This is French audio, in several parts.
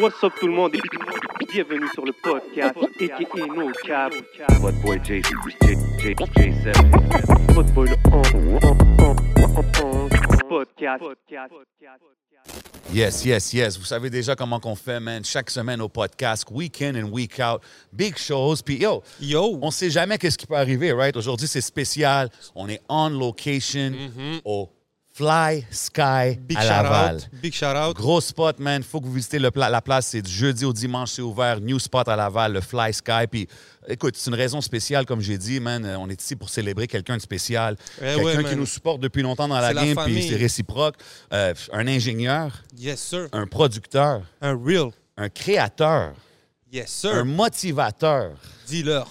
What's up tout le monde et bienvenue sur le podcast et No Cap. Votre boy J, J, J, J7. Votre boy le on, on, on, on, on, podcast. Yes, yes, yes. Vous savez déjà comment qu'on fait, man. Chaque semaine au podcast, week in and week out. Big shows. Puis yo, Yo. on sait jamais qu'est-ce qui peut arriver, right? Aujourd'hui, c'est spécial. On est on location au Fly Sky Mm-hmm. Big à shout Laval. out. Big shout out. Gros spot, man. Faut que vous visitez le pla- la place. C'est du jeudi au dimanche, c'est ouvert. New spot à Laval, le Fly Sky. Puis, écoute, c'est une raison spéciale, comme j'ai dit, man. Euh, On est ici pour célébrer quelqu'un de spécial. Eh ouais, quelqu'un man. qui nous supporte depuis longtemps dans la C'est la game, puis famille. c'est réciproque. Euh, un ingénieur, Yes sir. un producteur, Un real. un créateur, Yes un sir. motivateur, dealer.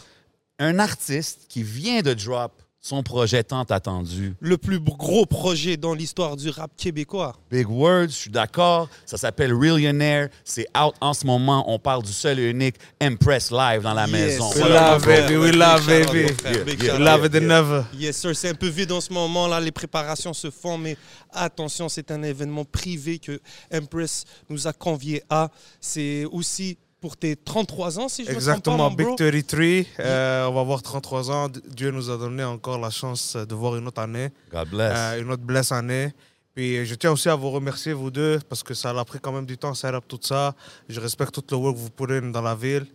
un artiste qui vient de drop son projet tant attendu. Le plus gros projet dans l'histoire du rap québécois. Big Words, je suis d'accord. Ça s'appelle Millionaire. C'est out en ce moment. On parle du seul et unique Impress Live dans la maison. We love, baby, we love, baby. Yeah, We love it and never. Yes, sir. C'est un peu vide en ce moment. Là, les préparations se font, mais attention, c'est un événement privé que Empress nous a conviés à. C'est aussi pour tes 33 ans, si je Exactement, me trompe pas, Big mon bro. 33. euh, on va avoir 33 ans. D- Dieu nous a donné encore la chance euh, de voir une autre année, God bless. euh, une autre blesse année. Puis euh, je tiens aussi à vous remercier, vous deux, parce que ça a pris quand même du temps, ça up tout ça. Je respecte tout le work que vous prenez dans la ville.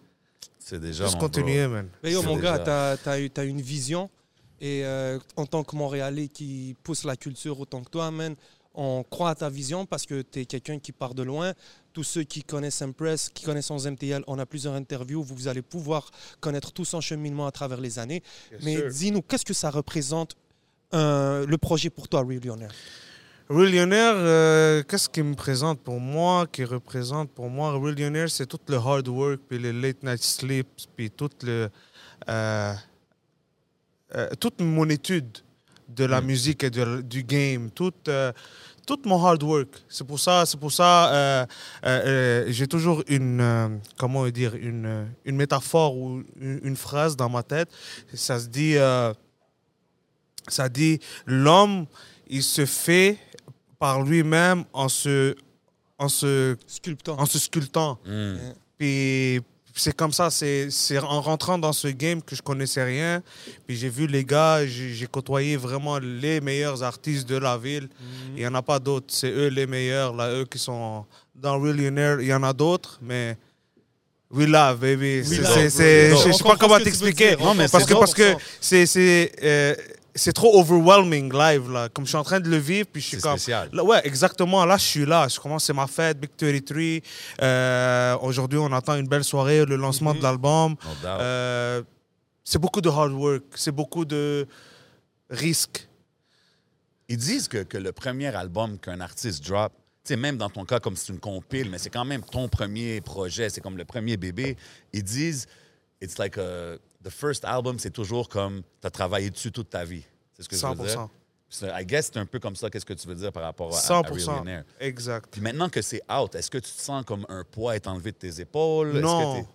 C'est déjà Juste mon bro. continuer, man. Mais yo, C'est mon gars, déjà- t'as as, une vision. Et euh, en tant que Montréalais qui pousse la culture autant que toi, man, on croit à ta vision parce que t'es quelqu'un qui part de loin. Tous ceux qui connaissent Impress, qui connaissent 11 MTL, on a plusieurs interviews. Vous, vous allez pouvoir connaître tout son cheminement à travers les années. Mais dis-nous, qu'est-ce que ça représente euh, le projet pour toi, Millionaire Millionaire, euh, qu'est-ce qui me présente pour moi, qui représente pour moi Millionaire, c'est tout le hard work, puis le late night sleep, puis tout le, euh, euh, toute mon étude de la musique et de- du game, tout, euh, tout mon hard work. C'est pour ça, c'est pour ça, euh, euh, euh, j'ai toujours une, euh, comment dire, une, euh, une métaphore ou une, une phrase dans ma tête. Ça se dit. euh, ça dit l'homme, il se fait par lui-même en se, en, se, Sculptant. en se sculptant. Mm. Puis c'est comme ça, c'est c'est en rentrant dans ce game que je connaissais rien. Puis j'ai vu les gars, j'ai j'ai côtoyé vraiment les meilleurs artistes de la ville. Mm. Il y en a pas d'autres, c'est eux les meilleurs, là, eux qui sont dans Millionaire. Il y en a d'autres, mais. We love, baby. C'est- love, c'est- c'est- we love. Je On je sais pas comprend comment ce que tu veux t'expliquer. dire. Non, mais Parce c'est que, parce que 100%. c'est c'est, euh, c'est trop overwhelming live là comme je suis en train de le vivre puis je suis C'est comme spécial. Là, ouais exactement là je suis là je commence c'est ma fête Big 33 Euh, aujourd'hui on attend une belle soirée le lancement Mhm. de l'album No doubt. Euh, c'est beaucoup de hard work c'est beaucoup de risques Ils disent que, que le premier album qu'un artiste drop, tu sais, même dans ton cas, comme c'est une compile, mais c'est quand même ton premier projet, c'est comme le premier bébé, ils disent, it's like a- the first album, c'est toujours comme, tu as travaillé dessus toute ta vie. C'est ce que je veux dire. 100% C'est- I guess c'est un peu comme ça, qu'est-ce que tu veux dire par rapport à, à, à 100% Millionaire. exact Puis maintenant que c'est out, est-ce que tu te sens comme un poids est enlevé de tes épaules? Est-ce que non t'es-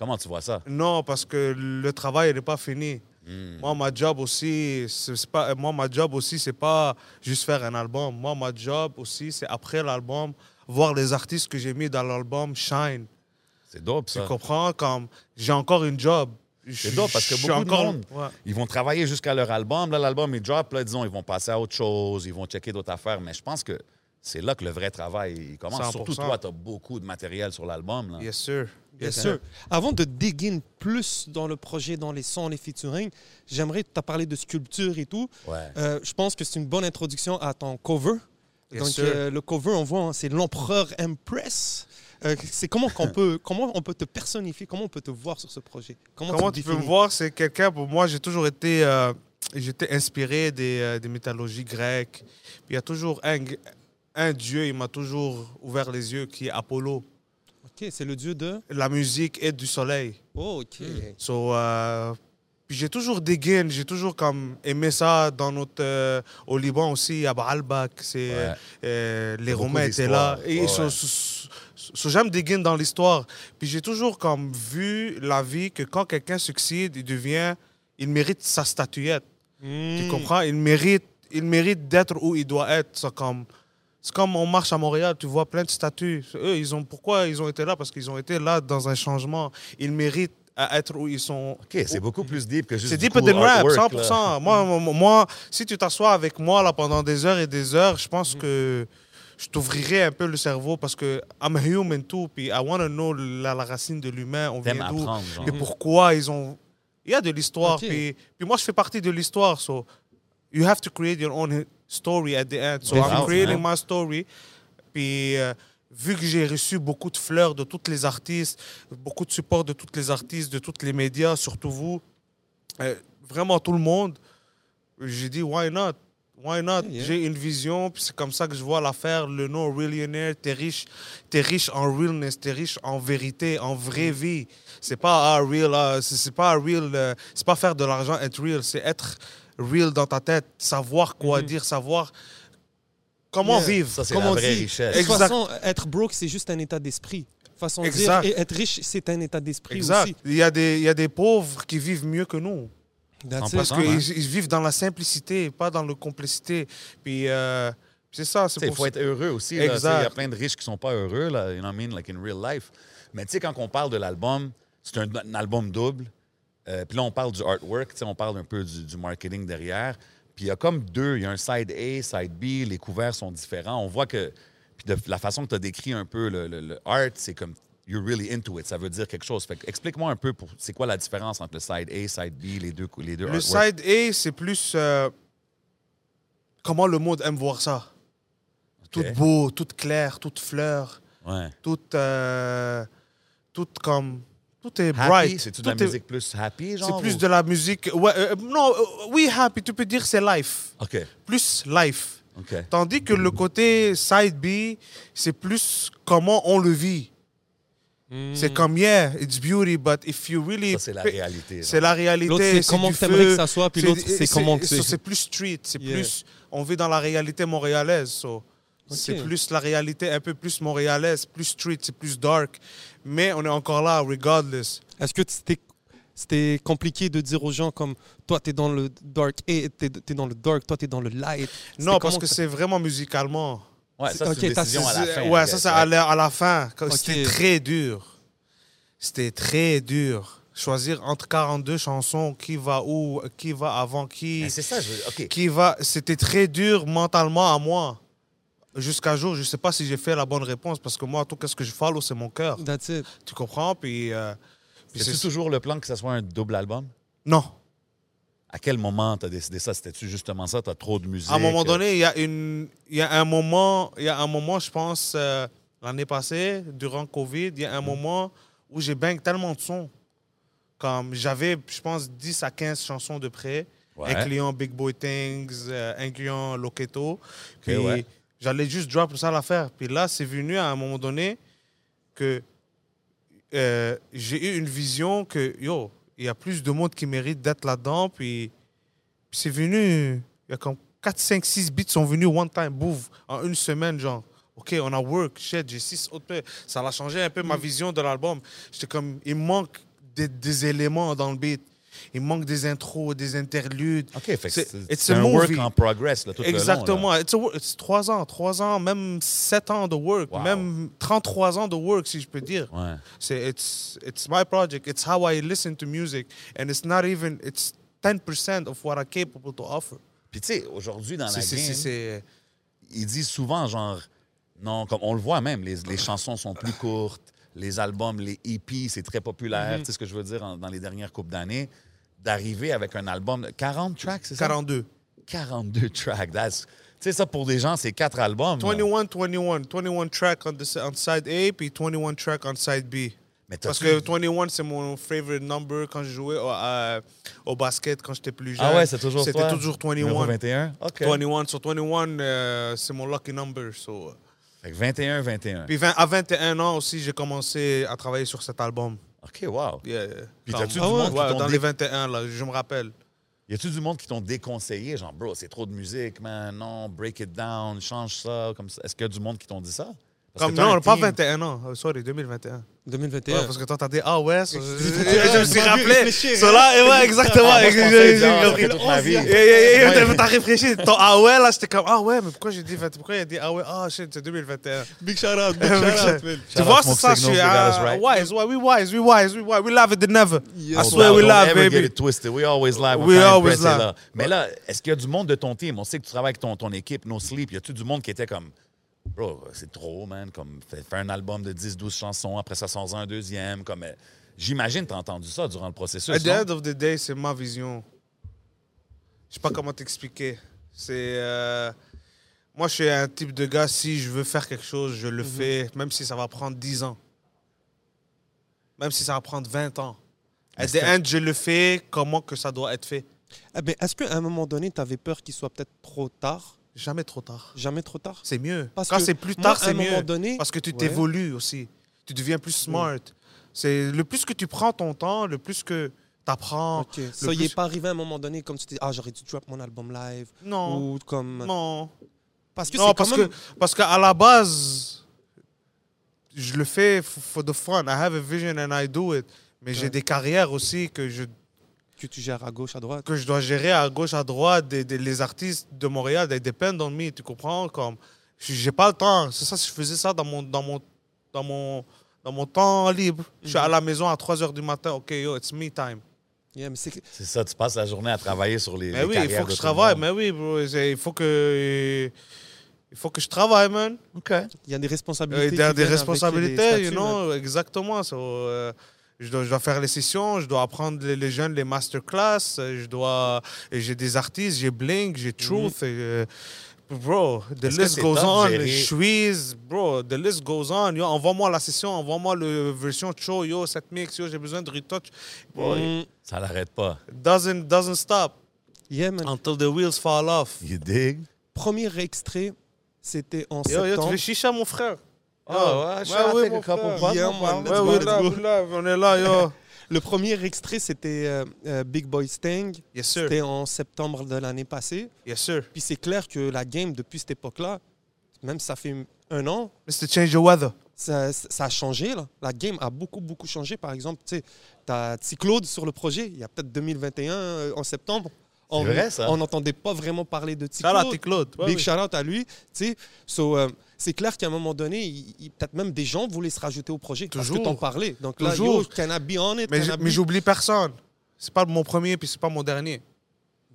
Comment tu vois ça? Non, parce que le travail n'est pas fini. Hmm. Moi, ma job aussi, c'est c'est pas, moi, ma job aussi, c'est pas juste faire un album. Moi, ma job aussi, c'est après l'album, voir les artistes que j'ai mis dans l'album shine. C'est dope, Tu ça. comprends Comme j'ai encore une job. C'est dope parce que beaucoup de monde, ils vont travailler jusqu'à leur album. Là, l'album, il drop. Là, disons, ils vont passer à autre chose, ils vont checker d'autres affaires. Mais je pense que c'est là que le vrai travail il commence. 100%. Surtout toi, tu as beaucoup de matériel sur l'album. là. Bien sûr. Bien sûr. Avant de dig in plus dans le projet, dans les sons, les featuring, j'aimerais, t'as parlé de sculpture et tout. Ouais. Euh, je pense que c'est une bonne introduction à ton cover. Yes, Donc sir. euh, le cover, on voit, hein, c'est l'empereur Empress. Euh, c'est comment qu'on peut, comment on peut te personnifier, comment on peut te voir sur ce projet. Comment, Comment te tu peux me définis? voir C'est quelqu'un, pour moi, j'ai toujours été. euh, J'étais inspiré des, euh, des mythologies grecques. Puis Il y a toujours un, un dieu, il m'a toujours ouvert les yeux, qui est Apollo. Ok. OK, c'est le dieu de... La musique et du soleil. Oh, Hmm. OK. So, euh, puis j'ai toujours dégaine, j'ai toujours comme aimé ça dans notre euh, au Liban aussi à Baalbak, c'est Ouais. euh, les beaucoup Romains étaient là d'histoires. et Ouais, so- ouais. so- so- so j'aime dégaine dans l'histoire. Puis j'ai toujours comme vu la vie que quand quelqu'un succède, il devient il mérite sa statuette. Hmm. Tu Hmm. comprends Il mérite il mérite d'être où il doit être, c'est comme c'est comme on marche à Montréal, tu vois plein de statues. Eux, ils ont pourquoi ils ont été là parce qu'ils ont été là dans un changement. Ils méritent à être où ils sont. OK, c'est beaucoup plus deep que juste Oh. C'est du deeper than cool rap, artwork, là. 100%. Moi, moi, moi, si tu t'assois avec moi là pendant des heures et des heures, je Hmm. pense que je t'ouvrirai un peu le cerveau parce que I'm a human too, puis I want to know la, la racine de l'humain, on T'aimes vient d'où, apprendre, genre. et pourquoi ils ont. Il y a de l'histoire, Ok. puis, puis moi je fais partie de l'histoire, so you have to create your own story at the end. So I'm Définitivement. creating my story, puis. euh, Vu que j'ai reçu beaucoup de fleurs de toutes les artistes, beaucoup de support de toutes les artistes, de toutes les médias, surtout vous, euh, vraiment tout le monde, j'ai dit why not? Why not? Yeah, yeah. J'ai une vision, puis c'est comme ça que je vois l'affaire, le nom millionnaire, t'es riche, t'es riche en realness, t'es riche en vérité, en vraie Mm. vie. C'est pas ah, real, ah, c'est c'est pas ah, real, euh, c'est pas faire de l'argent être real, c'est être real dans ta tête, savoir quoi dire, savoir comment Mm-hmm. Yeah. vivre. Ça, c'est Comme la on vraie dit, richesse. de toute Exact. façon, être broke, c'est juste un état d'esprit. Façon de dire, Exact. et être riche, c'est un état d'esprit aussi. Exact. Il y, a des, il y a des pauvres qui vivent mieux que nous. That's Parce it. Parce Ouais. qu'ils ils vivent dans la simplicité, pas dans la complexité. Puis euh, c'est ça, c'est Tu sais, pour Il faut ça. être heureux aussi. là. Tu sais, Il y a Exact. plein de riches qui sont pas heureux, là, you know what I mean, like in real life. Mais tu sais, quand on parle de l'album, c'est un, un album double. Euh, puis là, on parle du artwork, tu sais, on parle un peu du, du marketing derrière. Puis il y a comme deux, il y a un side A, side B, les couverts sont différents. On voit que, puis de la façon que tu as décrit un peu le, le- le art, c'est comme, you're really into it, ça veut dire quelque chose. Fait que explique-moi un peu, pour- c'est quoi la différence entre le side A, side B, les deux, cou- les deux Le artworks? side A, c'est plus euh, comment le monde aime voir ça. Tout Ok. beau, tout clair, toute fleur, Ouais. tout, euh, tout comme. Tout est Happy, bright. c'est-tu de tout la est- musique plus happy, genre? C'est plus ou- de la musique. Ouais, euh, non, euh, oui, happy, tu peux dire c'est life. OK, Plus life. OK. Tandis que le côté side B, c'est plus comment on le vit. Hmm. C'est comme, yeah, it's beauty, but if you really. Ça, c'est la réalité. C'est la réalité. L'autre, c'est comment du que t'aimerais feu, que ça soit, puis l'autre, c'est comment que c'est. C'est plus street, c'est Yeah. plus. On vit dans la réalité montréalaise. so. C'est Ok. plus la réalité un peu plus montréalaise, plus street, c'est plus dark. Mais on est encore là, regardless. Est-ce que c'était c'était compliqué de dire aux gens comme toi t'es dans le dark et t'es t'es dans le dark toi t'es dans le light C'était Non, parce comment que c'est vraiment musicalement. Ouais, ça, Ok, c'est une t'as- décision à la C'est- fin. ouais, I ça, guess, c'est à right? la, à la fin. Quand- Ok. C'était très dur. C'était très dur. Choisir entre 42 chansons, qui va où, qui va avant qui. Mais C'est ça, je... OK. qui va. C'était très dur mentalement à moi. Jusqu'à jour, je sais pas si j'ai fait la bonne réponse parce que moi, en tout cas, ce que je follow, c'est mon cœur. That's it. Tu comprends? Puis. euh, puis C'est c'est- toujours le plan que ça soit un double album? Non. À quel moment t'as décidé ça? C'était-tu justement ça? T'as trop de musique? À un moment euh, donné, il y, a une- il y a un moment, il y a un moment, je pense, euh, l'année passée, durant Covid, il y a un moment où j'ai bang tellement de sons. Comme j'avais, je pense, 10 à 15 chansons de près, Ouais. incluant Big Boy Things, euh, incluant Loketo. Puis ouais. j'allais juste drop ça à l'affaire. Puis là, c'est venu à un moment donné que euh, j'ai eu une vision que, yo, il y a plus de monde qui mérite d'être là-dedans. Puis, puis c'est venu, il y a comme 4, 5, 6 beats sont venus one time, bouf, en une semaine, genre. OK, on a work, shit, j'ai 6 autres. pe- Ça a changé un peu Mm. ma vision de l'album. J'étais comme, il manque des, des éléments dans le beat. Il manque des intros, des interludes. OK, fait que C'est- c'est it's c'est a un work movie. en progress là, Ah, tout le long. Exactement. It's a wor- it's trois ans, trois ans, même sept ans de work, Wow. même 33 ans de work, si je peux dire. Exactement. Ouais. C'est it's it's my project. It's how I listen to music, and it's not even it's 10% of what I'm capable to offer. Puis tu sais, aujourd'hui, dans Ah, la C'est- c'est- c'est- game, c'est- ils disent souvent, genre... Non, comme on le voit même, les, les chansons sont plus courtes, les albums, les EP, c'est très populaire. Mhm. Tu sais ce que je veux dire en- dans les dernières coupes d'années? D'arriver avec un album... de 40 tracks, c'est ça? 42. 42 tracks. that's- Tu sais, ça, pour des gens, c'est quatre albums. là. 21, 21, 21 track on, the, s- on side A, puis 21 track on side B. Mais t'as Parce tout- que 21, c'est mon favorite number quand je jouais au, à- au basket quand j'étais plus jeune. Ah ouais, c'est toujours C'était toi? toujours Numéro 21. 21? OK. 21, so 21, euh, c'est mon lucky number. So, Fait que 21, 21. Puis vingt- à 21 ans aussi, j'ai commencé à travailler sur cet album. OK, wow. Yeah, yeah. Puis Comme- t'as-tu du Ah ouais, monde qui ouais, t'ont dans dé- les 21, là, je me rappelle. Y a-tu du monde qui t'ont déconseillé, genre, bro, c'est trop de musique, man, non, break it down, change ça, comme ça? Est-ce qu'il y a du monde qui t'ont dit ça? Parce Comme, que t'as non, un pas team. 21 ans. Oh, sorry, 2021. 2021. Ouais, parce que toi, t'as dit, ah ouais, ça- Putain, je me suis j'ai pas vu rappelé. réfléchir, Cela, et ouais, exactement. Ah, moi, je pensais, J'ai genre, ça compris. fait toute ma vie. Yeah, yeah, yeah, Ouais. t'as- T'as réfléchi. Ton ah ouais, là, j'étais comme, ah ouais, mais pourquoi j'ai dit 20 Pourquoi il a dit ah ouais, ah shit, c'est 2021. Big shout out, big Big shout shout- out, man. Tu Shout vois, out c'est Smoke ça, je suis Signals, we got us ah, right. wise, we wise, we wise, we wise, we love it than never. I Oh, swear we don't live, ever get baby. it twisted. We always live. We We're always always live. Là. Mais là, est-ce qu'il y a du monde de ton team? On sait que tu travailles avec ton, ton équipe, No Sleep. Y a-tu du monde qui était comme, bro, c'est trop, man, comme, fais, fais un album de 10-12 chansons, après ça, sans un deuxième, comme... euh, J'imagine t'as entendu ça durant le processus, At the non? end of the day, c'est ma vision. Je sais pas comment t'expliquer. C'est. euh, moi, je suis un type de gars, si je veux faire quelque chose, je Mhm. le fais, même si ça va prendre 10 ans. Même si ça va prendre 20 ans. At the end, je le fais comment que ça doit être fait. Eh ben, Est-ce qu'à un moment donné, tu avais peur qu'il soit peut-être trop tard Jamais trop tard. Jamais trop tard C'est mieux. Parce Quand que c'est plus moi, tard, à un c'est moment mieux. donné- Parce que tu Ouais. Mm. t'évolues aussi. Tu deviens plus smart. C'est Le plus que tu prends ton temps, le plus que tu apprends. Ok. Ça y est pas arrivé à un moment donné comme tu dis ah j'aurais dû drop mon album live Non. ou comme Non. parce que Non, c'est parce quand même que parce qu'à la base, je le fais f- for the fun. I have a vision and I do it. Mais j'ai Ouais. des carrières aussi que je, que tu gères à gauche à droite. que je dois gérer à gauche, à droite. Des, des- les artistes de Montréal, they depend on me. Tu comprends? Comme, j- j'ai pas le temps. C'est ça, si je faisais ça dans mon, dans mon, dans mon, dans mon temps libre. Je suis à Mhm. la maison à 3 h du matin. OK, yo, it's me time. Yeah, mais c'est- C'est ça, tu passes la journée à travailler sur les, les Mais Ben oui, il carrières faut que de je tout le travaille. monde. Mais oui, bro. c'est- Il faut que. Il faut que je travaille, man. il y a des responsabilités. Euh, qui des- des, viennent avec responsabilités, les you statuts, know, exactement. So, euh, je, dois, je dois faire les sessions, je dois apprendre les, les jeunes les masterclass, euh, je dois, et j'ai des artistes, j'ai Blink, Mhm. j'ai Truth, et, euh, bro, the Est-ce que list c'est goes top on, de gérer- Shweez, bro, the list goes on, yo, envoie-moi la session, envoie-moi le version show, yo, cette mix, yo, j'ai besoin de retouch, bro, it man. Mm. Ça l'arrête pas. doesn't, doesn't stop Yeah, man. until the wheels fall off. You dig? Premier extrait c'était en Yo, yo, tu septembre. veux chicha, mon frère? Ah, Oh, ouais, sure, I'll oui, take a mon couple frère. bucks, Yeah, no man, problem. let's Ouais, go, oui, let's là, go. oui, là, on est là, yo. Le premier extrait c'était euh, euh, Big Boy Sting. Yes, sir. C'était en septembre de l'année passée. Yes, sir. Puis c'est clair que la game depuis cette époque-là, même ça fait un an, Mr. Change the Weather. ça, ça a changé. Là. La game a beaucoup, beaucoup changé. Par exemple, tu as Claude sur le projet, il y a peut-être 2021, euh, en septembre. On vrai, ça. on n'entendait pas vraiment parler de Tic Shout out Claude. to Claude. Ouais, Big oui. shout-out à lui. tu sais. So, euh, c'est clair qu'à un moment donné, il- il- peut-être même des gens voulaient se rajouter au projet parce Toujours. que t'en parlais. Donc là, Toujours. yo, can I be on it? Mais Can j'- I be- mais j'oublie personne. C'est pas mon premier puis c'est pas mon dernier.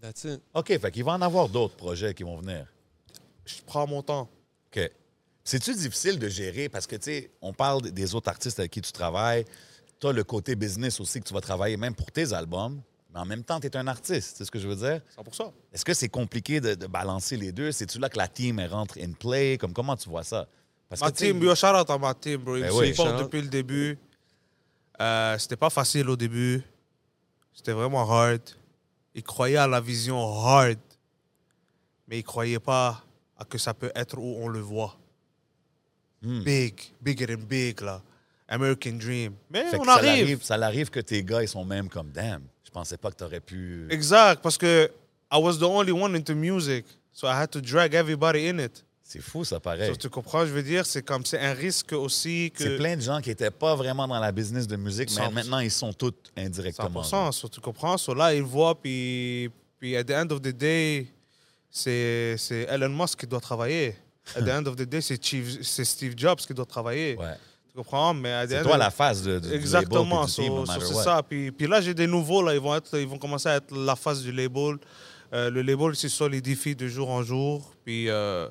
That's it. OK, fait qu'il va en avoir d'autres projets qui vont venir. Je prends mon temps. OK. C'est-tu difficile de gérer? Parce que, tu sais, on parle des autres artistes avec qui tu travailles. Toi, le côté business aussi que tu vas travailler, même pour tes albums. Mais en même temps, tu es un artiste. C'est ce que je veux dire? 100%. Est-ce que c'est compliqué de, de balancer les deux? C'est-tu là que la team elle rentre in play? Comme, comment tu vois ça? Parce Ma tu sais, team, euh, yo, shout out à ma team, bro. Ils Ben me oui. supportent Shout out. depuis le début. Euh, C'était pas facile au début. C'était vraiment hard. Ils croyaient à la vision hard. Mais ils croyaient pas à que ça peut être où on le voit. Big. Bigger than big, là. American Dream. Mais fait que on ça arrive. l'arrive- Ça l'arrive que tes gars, ils sont même comme, damn, je pensais pas que tu aurais pu. Exact, parce que I was the only one into music, so I had to drag everybody in it. C'est fou, ça paraît. So, tu comprends, je veux dire, c'est comme c'est un risque aussi que C'est plein de gens qui n'étaient pas vraiment dans la business de musique, mais 100%. maintenant, ils sont tous indirectement. 100%. So, tu comprends, so là ils voient puis puis at the end of the day, c'est c'est Elon Musk qui doit travailler. At the end of the day, c'est Chief- c'est Steve Jobs qui doit travailler. Ouais. Tu comprends, mais at the C'est end toi of- la face de, du- du Exactement, label que so- tu dis, no so matter c'est what. ça. Puis, puis là, j'ai des nouveaux, là, ils, vont être, ils vont commencer à être la face du label. Euh, le label se solidifie de jour en jour. Puis, euh,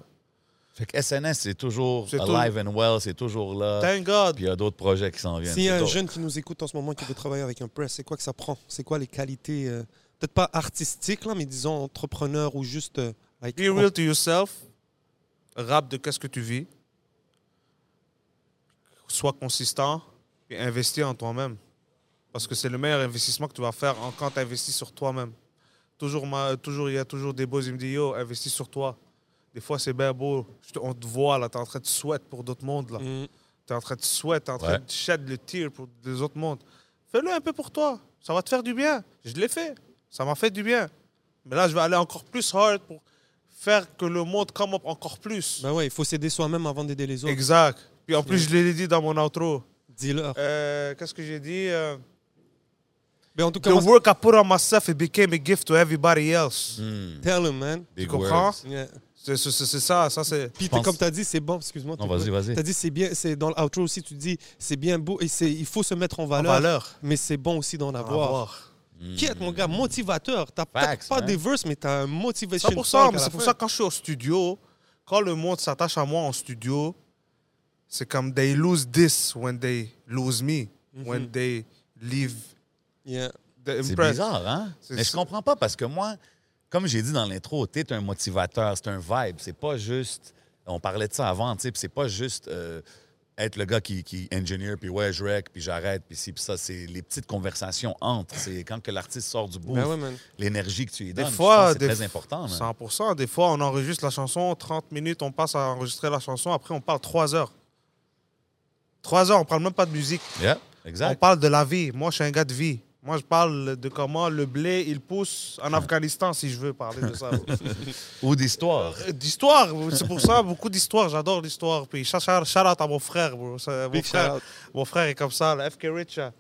Fait que SNS, c'est toujours C'est tout. alive and well, c'est toujours là. thank God. Puis il y a d'autres projets qui s'en viennent. S'il y a c'est un tout. jeune qui nous écoute en ce moment qui veut travailler avec un press, c'est quoi que ça prend C'est quoi les qualités euh, Peut-être pas artistiques, là, mais disons entrepreneur ou juste. euh, like, Be real to yourself. Rap de qu'est-ce que tu vis. Sois consistant et investis en toi-même. Parce que c'est le meilleur investissement que tu vas faire en- quand tu investis sur toi-même. Toujours, ma- toujours, il y a toujours des beaux, ils me disent, yo, investis sur toi. Des fois, c'est bien beau. Je te- on te voit, là. T'es en train de souhaiter pour d'autres mondes, là. Mm. T'es en train de souhaiter, t'es en train Ouais. de shed le tir pour les autres mondes. Fais-le un peu pour toi. Ça va te faire du bien. Je l'ai fait. Ça m'a fait du bien. Mais là, je vais aller encore plus hard pour faire que le monde come up encore plus. Ben ouais, il faut s'aider soi-même avant d'aider les autres. exact. Puis en plus, je l'ai dit dans mon outro. Dis-leur. Euh, Qu'est-ce que j'ai dit Euh, Mais Ben, en tout The cas, moi, work I put on myself, it became a gift to everybody else. Hmm. tell 'em, man. Tu comprends? Yeah. C'est c'est- c'est- c'est ça, ça c'est. Puis pense- comme tu as dit, c'est bon, excuse-moi. Non, t'as- vas-y, vas-y. T'as dit c'est bien, c'est dans l'outro aussi, tu dis c'est bien beau et c'est il faut se mettre en En valeur, valeur. mais c'est bon aussi d'en En avoir. avoir. Qui est mon gars motivateur T'as Mm. Facts, peut-être pas man. des verses, mais t'as un motivation. 100%, mais c'est pour ça que quand je suis au studio, quand le monde s'attache à moi en studio, c'est comme they lose this when they lose me, when they leave Yeah. the C'est impress. bizarre, hein? C'est- Mais je c'est- comprends pas parce que moi, comme j'ai dit dans l'intro, t'es un motivateur, c'est un vibe. C'est pas juste. On parlait de ça avant, tu sais, puis c'est pas juste euh, être le gars qui, qui engineer, puis ouais, je rec, puis j'arrête, puis ci, puis ça. C'est les petites conversations entre. C'est quand que l'artiste sort du bout, Ben ouais, man. l'énergie que tu lui Des donnes. je fois, pense que des c'est très f- important. hein, man. 100%. Des fois, on enregistre la chanson, 30 minutes, on passe à enregistrer la chanson, après on parle 3 heures. 3 heures, on parle même pas de musique. Yeah, On exact. parle de la vie. Moi, je suis un gars de vie. Moi, je parle de comment le blé, il pousse en Afghanistan, si je veux parler de ça. Ou d'histoire. Euh, D'histoire, bro. c'est pour ça, beaucoup d'histoire. J'adore l'histoire. Puis, shout shout- shout out à mon frère, bro. Ça, Mon Big frère, shout-out. mon frère est comme ça, le FK Rich. hein.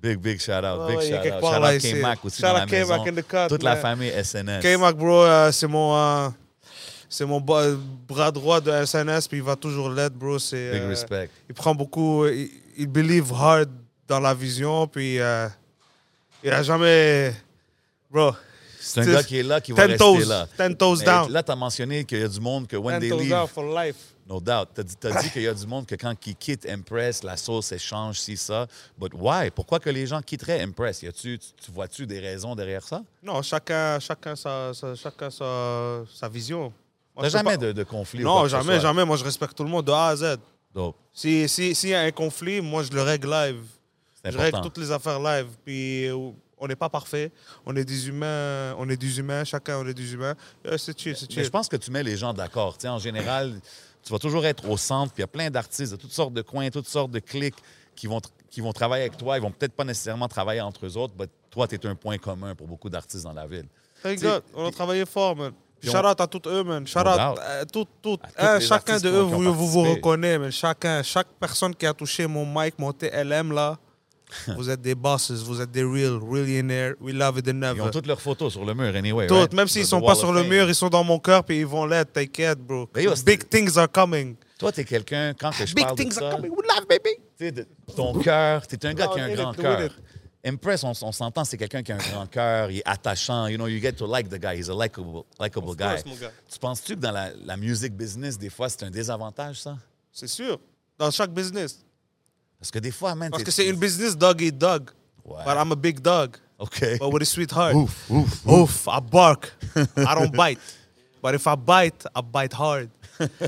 Big, big shout out. Ouais, Ah, big ouais, il est shout out. quelque Shout part là, out ici. K-Mac aussi Shout dans out la K-Mac maison. in the cut, Toute la man. famille SNS. K-Mac, bro, euh, c'est mon, euh, c'est mon bas- bras droit de SNS, puis il va toujours l'être, bro. C'est, Big euh, respect. Il prend beaucoup, euh, il, il believe hard dans la vision, puis euh, il a jamais. Bro. C'est un gars qui est là, qui va Ten rester toes, là. ten toes Mais down. Là, tu as mentionné qu'il y a du monde que when And they told leave, out for life. no doubt. Tu as dit, t'as dit qu'il y a du monde que quand ils quittent Impress, la sauce échange, si ça. But why? Pourquoi que les gens quitteraient Impress? Y a-tu, tu, tu vois-tu des raisons derrière ça? Non, chacun, chacun, sa, sa- chacun sa, sa vision. Moi, T'as je peux jamais pas- de, de conflit? ou quoi Non, que ce jamais, soit? jamais. Moi, je respecte tout le monde de A à Z. Dope. Si- si- S'il y a un conflit, moi, je le règle live. C'est Je règle important. toutes les affaires live. Puis, euh, on n'est pas parfait. On est des humains. On est des humains. Chacun, on est des humains. Euh, c'est chill, c'est Mais chill. je pense que tu mets les gens d'accord. Tu sais, en général, tu vas toujours être au centre, puis il y a plein d'artistes de toutes sortes de coins, toutes sortes de clics qui vont, tr- qui vont travailler avec toi. Ils vont peut-être pas nécessairement travailler entre eux autres, mais toi, tu es un point commun pour beaucoup d'artistes dans la ville. Thank tu sais, God, on a travaillé fort, man. puis Shout on- out à toutes eux, man. Shout No out doubt. à toutes, toutes. À tous Hein, les chacun artistes de qui eux, ont- qui ont vous vous, vous participé. reconnaissez, man. Chacun, chaque personne qui a touché mon mic, mon TLM, là, vous êtes des bosses, vous êtes des real, millionaires. We love it and Ils ont never. toutes leurs photos sur le mur, anyway. Toutes, right? même The- s'ils the sont Wall pas of sur le Fame. mur, ils sont dans mon cœur, puis ils vont l'être, t'inquiète, bro. Mais yo, Big things are coming. Toi, t'es quelqu'un, quand que je Ah, Big parle de things are ça, coming. We love, baby. tu sais, de- ton cœur, t'es un gars Oh, qui a un do grand it, do cœur. it. Impress, on, on s'entend, c'est quelqu'un qui a un grand cœur, il est attachant. You know, you get to like the guy, he's a likable, likable Of guy. course, mon gars. Tu penses-tu que dans la, la music business, des fois, c'est un désavantage, ça? C'est sûr. Dans chaque business. Parce que des fois, man, Parce t'es- que c'est une business dog eat dog. Ouais. But I'm a big dog. OK. But with a sweetheart. Ouf, ouf. Ouf, I bark. I don't bite. But if I bite, I bite hard.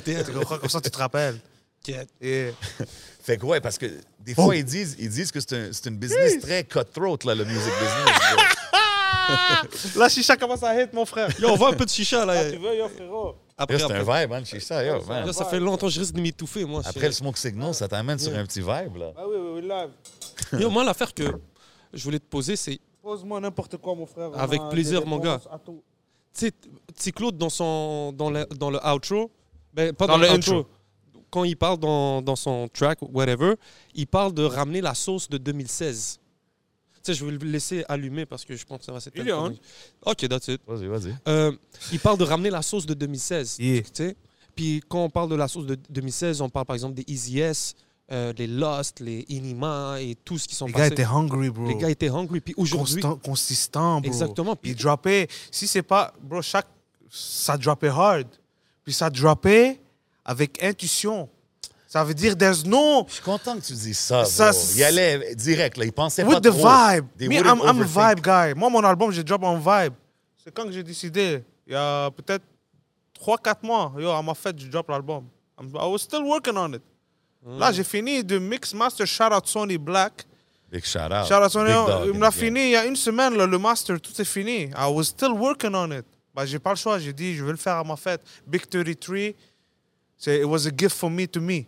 Tu comprends? Comme ça, tu te rappelles. T'inquiète. Yeah. Fait que ouais, parce que des Oh. fois, ils, disent, ils disent que c'est un, c'est une business très cutthroat, là, le music business. bro. Là, Chicha commence à hit, mon frère. Yo, on voit un peu de chicha là. Ah, Tu veux, yo, frérot? Après, Là, c'est après. un vibe, hein, chez ça, yo, man. Là, ça fait longtemps, je risque de m'étouffer moi. Après le smoke signal, ça t'amène sur Yeah. un petit vibe, là. Ah oui, oui, oui, live. Yo, moi l'affaire que je voulais te poser, c'est Pose-moi n'importe quoi, mon frère. On Avec a des plaisir, mon réponses tu sais, Petit Claude dans son dans le dans le outro, ben, pas Dans dans, le le intro. outro. Quand il parle dans, dans son track whatever, il parle de ramener la sauce de 2016. Tu sais, je vais le laisser allumer parce que je pense que ça va s'éteindre. Il est hein. on. OK, that's it. Vas-y, vas-y. Euh, il parle de ramener la sauce de 2016. Yeah. tu sais. Puis quand on parle de la sauce de 2016, on parle par exemple des Easy S, euh, les Lost, les Inima et tout ce qui sont Les gars passés. étaient hungry, bro. les gars étaient hungry. Puis aujourd'hui, Constant- consistant, bro. Exactement. Ils droppaient. Si c'est pas. Bro, chaque. Ça droppait hard. Puis ça droppait avec intuition. Ça veut dire, there's no. Je suis content que tu dises ça. Ça, bro. c'est- Il allait direct, là. Il pensait pas With the trop. vibe. They Me, wouldn't I'm, I'm a overthink. vibe guy. Moi, mon album, j'ai drop en vibe. C'est quand que j'ai décidé, il y a peut-être 3-4 mois, yo, à ma fête, je drop l'album. I'm- I was still working on it. Hmm. Là, j'ai fini de mix master shout out Sony Black. Big shout out. Shout out Sony, Ah, hein, Big dog il in me l'a the game. fini il y a une semaine, là, le master, tout est fini. I was still working on it. But Bah, j'ai pas le choix. J'ai dit, je vais le faire à ma fête. Big 33, c'est, it was a gift for me to me.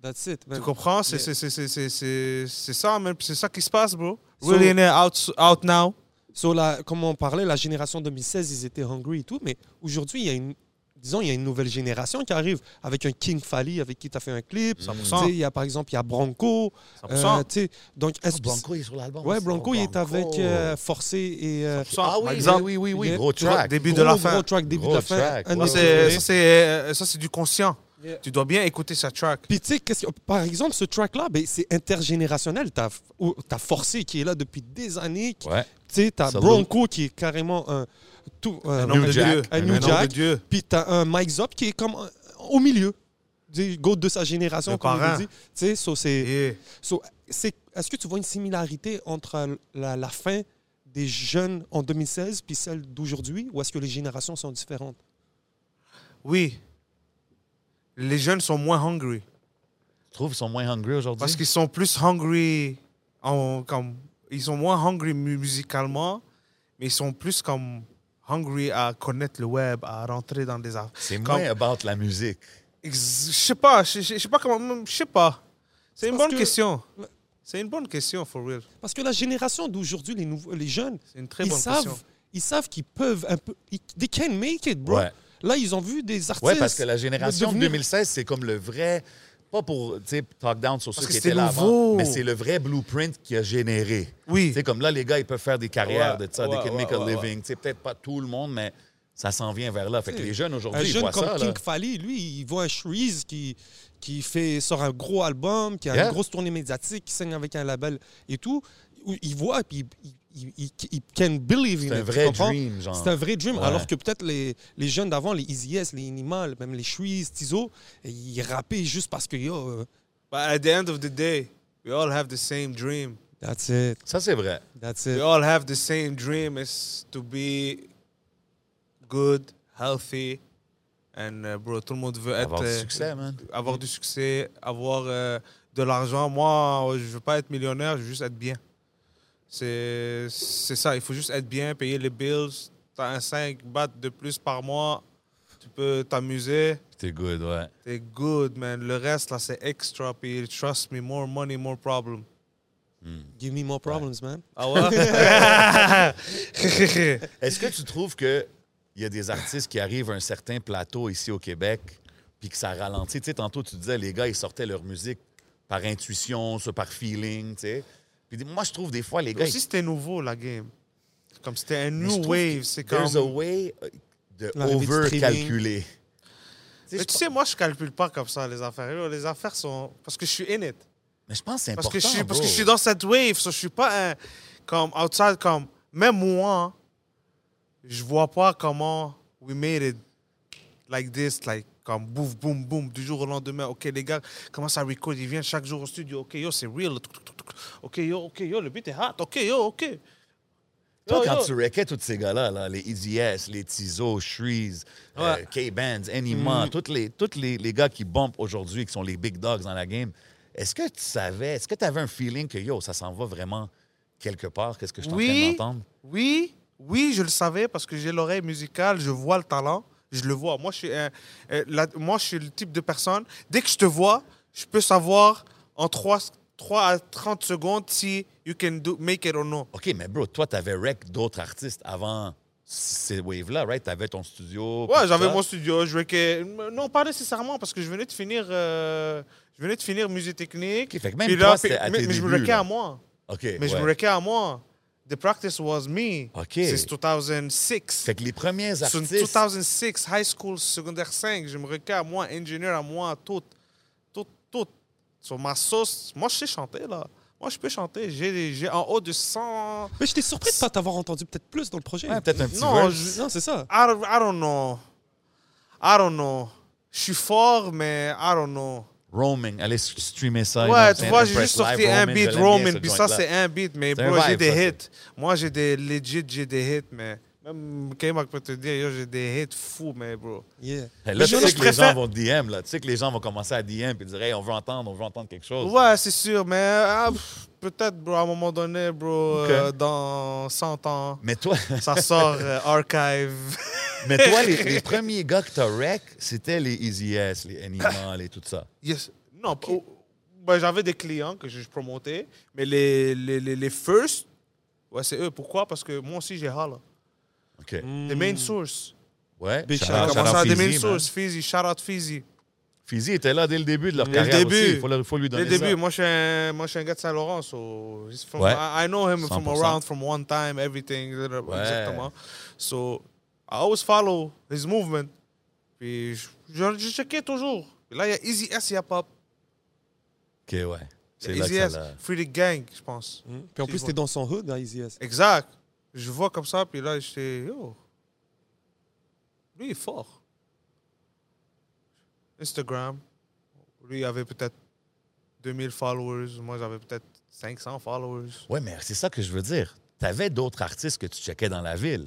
That's it. man. Tu comprends? C'est, Yeah. c'est, c'est, c'est, c'est, c'est, c'est ça, man. Puis C'est ça qui se passe, bro. So- Millionaire out, out now. So, la- comme on parlait, la génération 2016, ils étaient hungry et tout, mais aujourd'hui, il y a une, disons, il y a une nouvelle génération qui arrive avec un King Fally avec qui tu as fait un clip. Tu 100%. sais, Il y a par exemple, il y a Bronco. euh, 100%. tu sais, donc, Ah, Oh, est-ce que- Blanco, il est sur l'album. ouais, aussi. Bronco, Oh, il est avec euh, Forcé et. euh, Ah oui, exemple. oui, oui, oui, Yeah. oui. Gros track. Début gros, de la gros fin. track, début Gros de la fin. Ah, track, un ouais. des Ça, préférés. c'est, ça, c'est, euh, ça, c'est du conscient. Yeah. Tu dois bien écouter sa track. Puis, tu sais, qu'est-ce que- par exemple, ce track-là, ben, c'est intergénérationnel. Tu as, Forcé qui est là depuis des années. qui- Ouais. Tu sais, tu Salut. Bronco qui est carrément un. Tout, un- Nom de Jack. Dieu. Un New nom de Jack. Dieu. Puis t'as un Mike Zop qui est comme euh, au milieu. Du GOAT de sa génération, Le comme on parrain. dit. Tu sais, so c'est, Yeah. so c'est- est-ce que tu vois une similarité entre la, la fin des jeunes en 2016 puis celle d'aujourd'hui ou est-ce que les générations sont différentes? Oui. Les jeunes sont moins hungry. Je trouve qu'ils sont moins hungry aujourd'hui. Parce qu'ils sont plus hungry. En, comme, ils sont moins hungry mu- musicalement, mais ils sont plus comme hungry à connaître le web, à rentrer dans des affaires. C'est Comme- moins about la musique. Ex- Je sais pas, je je- je sais pas comment. Je sais pas. C'est une parce bonne que- question. C'est une bonne question, for real. Parce que la génération d'aujourd'hui, les, nouveaux, les jeunes, C'est une très ils bonne savent, question. ils savent qu'ils peuvent un peu. Ils, they can make it, bro. Ouais. Là, ils ont vu des artistes. Ouais, parce que la génération de devenir- 2016, c'est comme le vrai. Pas pour tu sais, talk down sur ceux Parce que qui étaient c'était là avant, nouveau. mais c'est le vrai blueprint qui a généré. Oui. Tu sais, comme là, les gars, ils peuvent faire des carrières Ouais, de ça, ouais, they can make a ouais, ouais, living. Tu sais, Peut-être pas tout le monde, mais ça s'en vient vers là. Fait que les jeunes Un aujourd'hui, ils jeune voient comme ça. là. King Fally, lui, il voit un Shreeze qui, qui fait, sort un gros album, qui a Yeah. une grosse tournée médiatique, qui signe avec un label et tout. Où Il voit puis il, il, il, il can believe in C'est un it, tu vrai comprends? dream, genre. C'est un vrai dream. Ouais. Alors que peut-être les, les jeunes d'avant, les Easy S, les Inimal, même les Shreeze, Tizo, ils rappaient juste parce que yo, euh, But at the end of the day, we all have the same dream. that's it, Ça, c'est vrai. that's We it. all have the same dream is to be good, healthy, and uh, bro, tout le monde veut Avoir être, du euh, succès, man. avoir du succès, avoir euh, de l'argent. Moi, je veux pas être millionnaire, je veux juste être bien. C'est c'est ça, il faut juste être bien, payer les bills. T'as un 5 bat de plus par mois, tu peux t'amuser. T'es good, ouais. T'es good, man. Le reste, là, c'est extra. Puis, trust me, more money, more problem. Give me more problems, man. Ah ouais? Est-ce que tu trouves que il y a des artistes qui arrivent à un certain plateau ici au Québec, puis que ça ralentit? Tu sais, tantôt, tu disais, les gars, ils sortaient leur musique par intuition, ça, par feeling, tu sais. Puis moi, je trouve des fois, les gars, Aussi, c'était nouveau, la game. Comme c'était un Mais je new trouve wave. que C'est comme. there's a way euh, de L'arrivée du over-calculer. Tu sais, Mais je tu sais, moi, je calcule pas comme ça les affaires. Yo, Les affaires sont. Parce que je suis in it. Mais je pense que c'est Parce important. que je suis, parce que je bro. suis dans cette wave. so je suis pas un- comme outside. Comme, même moi, je vois pas comment we made it like this. Like, comme bouf, boum, boum, du jour au lendemain. OK, les gars commencent à record. Ils viennent chaque jour au studio. OK, yo, c'est real. Tuk, tuk, tuk, tuk. OK, yo, OK, yo, le beat est hot. OK, yo, OK. Toi, Yo, quand yo. tu rackais tous ces gars-là, là, les EDS, les Tizo, Shreeze, euh, K-Bands, Mm. Anima, tous les, toutes les, les gars qui bumpent aujourd'hui, qui sont les big dogs dans la game, est-ce que tu savais, est-ce que tu avais un feeling que yo, ça s'en va vraiment quelque part? Qu'est-ce que je suis en Oui, train d'entendre? oui, oui, je le savais parce que j'ai l'oreille musicale, je vois le talent, je le vois. Moi, je suis, un- euh, la- moi, je suis le type de personne, dès que je te vois, je peux savoir en 3, à 30 secondes si you can do, make it or no. OK, mais bro, toi, tu avais rec d'autres artistes avant ces waves-là, right? Tu avais ton studio. puis Ouais, tout j'avais ça. mon studio, je veux que... Non, pas nécessairement parce que je venais de finir... euh, je venais de finir musique technique. OK, fait que même puis toi, là, puis- c'était à mais, tes mais je me débuts, requais là. à moi. OK, Mais je ouais. me requais à moi. The practice was me. OK. Since 2006. Fait que les premiers Sur artistes... 2006, high school, secondaire 5, je me recale à moi, ingénieur à moi, tout, tout, tout. Sur ma sauce, moi je sais chanter là. Moi je peux chanter, j'ai j'ai en haut de 100. Mais j'étais surpris de pas t'avoir entendu peut-être plus dans le projet. Ouais, peut-être un petit Non, verse. non, c'est ça. I don't, I don't know. I don't know. Je suis fort, mais I don't know. Roaming, allez s- streamer ça. Ouais, donc, tu Ah, c'est vois, j'ai Enterprise juste Live sorti un Roaming, je beat l'aime bien, Roman, ce puis ça joint-là. c'est un beat, mais C'est un bro, j'ai vibe, des ça, c'est- hits. Moi j'ai des legit, j'ai des hits, mais même K-Mac peut te dire, yo, j'ai des hits fous, mais bro. Yeah. Hey, Mais là, tu je- sais je que les préfère- gens vont DM, là. Tu sais que les gens vont commencer à DM et dire, hey, on veut entendre, on veut entendre quelque chose. Ouais, c'est sûr, mais ah, pff, peut-être, bro, à un moment donné, bro, euh, dans 100 ans, Mais toi, ça sort euh, Archive. Mais toi, les, les premiers gars que t'as rec, c'était les Easy S, les Animal et tout ça. Yes. Non, pas- ben, j'avais des clients que je je promotais, mais les, les, les, les first, ouais, c'est eux. Pourquoi? Parce que moi aussi, j'ai Hala. OK. Hmm. The Hmm. main source. Ouais. Big shout-out. shout-out- J'ai commencé shout-out à The Fizzy, main man. source, Fizzy, shout out Fizzy. Fizzy était là dès le début de leur Dès le carrière début. aussi. Il faut, leur- faut lui donner Dès le début, ça. moi, je suis un, moi, je suis un gars de Saint-Laurent, so he's from- Ouais. I, I know him from 100%. around, from one time, everything, exactement. So, I always follow his movement. Puis, je, je, je checkais toujours. Puis là, il y a Easy S, il y a Pop. OK, ouais. C'est là que Easy ça S, l'a- Free the Gang, je pense. Hmm. Puis en plus, t'es dans son hood, là, Easy S. Exact. Je vois comme ça, puis là, j'étais, yo, lui, il est fort. Instagram, lui, il avait peut-être 2000 followers, moi, j'avais peut-être 500 followers. Ouais, mais c'est ça que je veux dire. T'avais d'autres artistes que tu checkais dans la ville.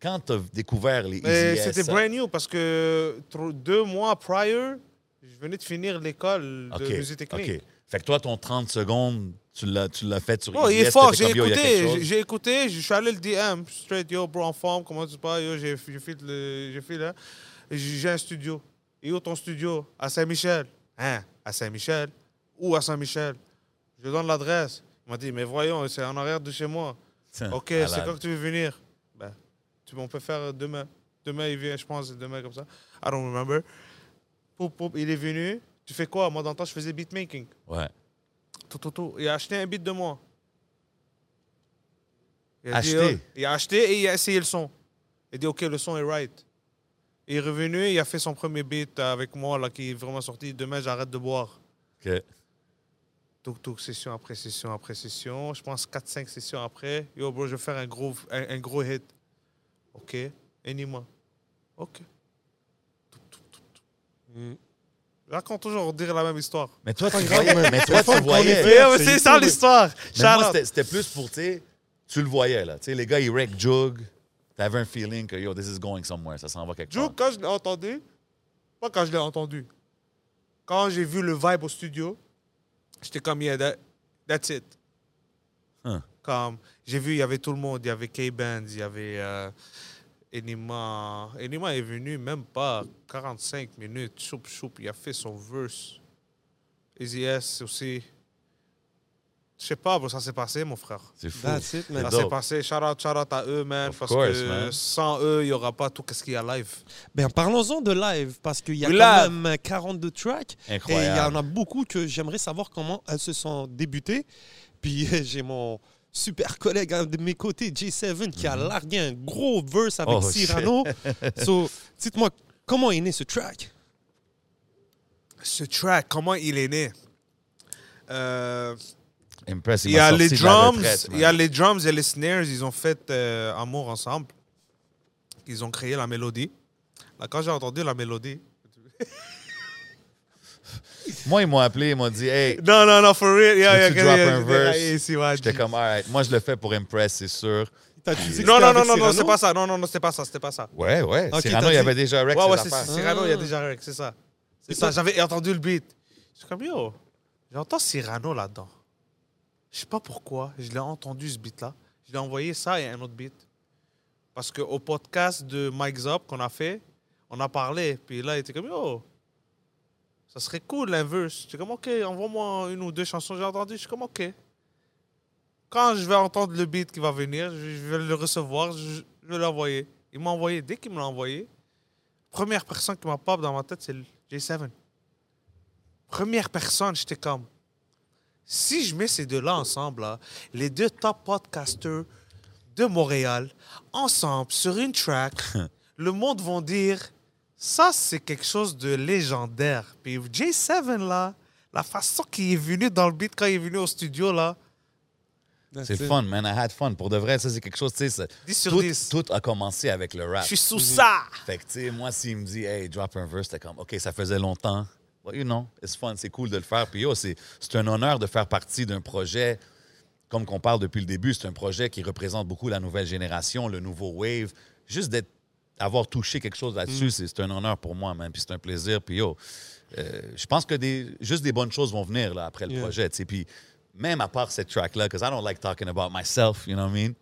Quand t'as découvert les Mais Easy S, c'était ça- brand new parce que tro- deux mois prior, je venais de finir l'école de OK, musique technique. OK. Fait que toi, ton 30 secondes, tu l'as, tu l'as fait sur Non, Easy il est S, fort, t'étais j'ai comme, Yo, il y a quelque écouté, chose. j'ai- j'ai écouté, je suis allé le DM, straight, yo, bro, en forme, comment tu parles, yo, j'ai j'ai fait, le- j'ai fait là, Et j'ai j'ai un studio. Et où ton studio À Saint-Michel. Hein À Saint-Michel Où à Saint-Michel Je donne l'adresse. Il m'a dit, mais voyons, c'est en arrière de chez moi. Tiens, Ok, c'est malade. quand que tu veux venir ben, tu, On peut faire demain. Demain, il vient, je pense, demain comme ça. I don't remember. Poup, poup, il est venu. Tu fais quoi Moi, dans le temps, je faisais beatmaking. Ouais. Tout, tout, tout. Il a acheté un beat de moi. Il a Acheté. dit, oh, il a acheté et il a essayé le son. Il a dit, OK, le son est right. Il est revenu, il a fait son premier beat avec moi, là, qui est vraiment sorti. Demain, j'arrête de boire. OK. Tout, tout, session après session après session. Je pense 4-5 sessions après. Yo, bro, je vais faire un gros, un, un gros hit. OK. Anima. OK. Tout, tout, tout, tout. Mm. Je raconte toujours dire la même histoire. Mais toi, tu grave, voyais. man. Mais toi, C'est fun tu qu'on voyais. est Eh, Yeah, mais c'est c'est ça YouTube. l'histoire. Mais moi, Shout-out. c'était- c'était plus pour, tu sais, tu le voyais, là. Tu sais, les gars, ils wreck Jug. T'avais un feeling que, yo, this is going somewhere. Ça s'en va quelque Joe, part. quand je l'ai entendu, pas quand je l'ai entendu, quand j'ai vu le vibe au studio, j'étais comme, yeah, that- that's it. Hein. Comme, j'ai vu, il y avait tout le monde, il y avait K-Benz, il y avait euh, Enima. Enima est venu même pas 45 minutes, choup choup, il a fait son verse. Easy S aussi. Je sais pas, bro, ça s'est passé, mon frère. C'est fou. That's it, man. Ça dope. s'est passé, shout out, shout out à eux, man, Of parce course, que man. sans eux, il n'y aura pas tout ce qu'il y a live. Ben, parlons-en de live, parce qu'il y a We quand live. même 42 tracks. Et il y en Incroyable. a beaucoup que j'aimerais savoir comment elles se sont débutées. Puis j'ai mon super collègue à de mes côtés, J7, qui Mhm. a largué un gros verse avec Oh, Cyrano. so, dites-moi, comment est né ce track ce track, comment il est né Euh, Impressive. Il y a les drums, il y a les drums et les snares, ils ont fait euh, amour ensemble. Ils ont créé la mélodie. Là, quand j'ai entendu la mélodie, Moi, ils m'ont appelé, ils m'ont dit, hey, non non non for real, yeah, yeah, Veux-tu yeah, drop yeah, un yeah, verse? yeah, ici, ouais, j'étais comme, all right, moi, je le fais pour Impress, c'est sûr. T'as dit que c'était non non avec non non non, Cyrano? c'est pas ça, non non non, c'était pas ça, c'était pas ça. Ouais, ouais. Ok, Cyrano, t'as il y dit- avait déjà Rex. Ouais, ouais, ses c'est affaires. c'est Cyrano, il y a déjà Rex, c'est ça. C'est ça, j'avais entendu le beat. Je suis comme, yo, j'entends Cyrano là-dedans. Je sais pas pourquoi, je l'ai entendu ce beat-là. Je l'ai envoyé ça et un autre beat. Parce qu'au podcast de Mike Zop qu'on a fait, on a parlé. Puis là, il était comme, yo, ça serait cool l'inverse. J'étais comme, ok, envoie-moi une ou deux chansons. J'ai entendu, je suis comme, ok. Quand je vais entendre le beat qui va venir, je je vais le recevoir, je je vais l'envoyer. Il m'a envoyé, dès qu'il me l'a envoyé, première personne qui m'a pop dans ma tête, c'est le J7. Première personne, j'étais comme. Si je mets ces deux-là ensemble, là, les deux top podcasters de Montréal, ensemble, sur une track, le monde vont dire ça, c'est quelque chose de légendaire. Puis J7, là, la façon qu'il est venu dans le beat quand il est venu au studio, là, C'est fun, man. I had fun. Pour de vrai, ça, c'est quelque chose, tu sais. ça- 10 sur tout- 10. Tout a commencé avec le rap. je suis sous ça. Fait que, tu sais, moi, s'il me dit, hey, drop un verse, t'es comme, OK, ça faisait longtemps. Well, you know, it's fun, c'est cool de le faire. Puis, yo, c'est c'est un honneur de faire partie d'un projet, comme qu'on parle depuis le début, c'est un projet qui représente beaucoup la nouvelle génération, le nouveau wave. Juste d'être, avoir touché quelque chose Mm. là-dessus, c'est c'est un honneur pour moi, man. Puis, c'est un plaisir. Puis, yo, euh, je pense que des, juste des bonnes choses vont venir là, après le Yeah. projet, tu sais. Puis, même à part cette track-là, because I don't like talking about myself, you know what I mean?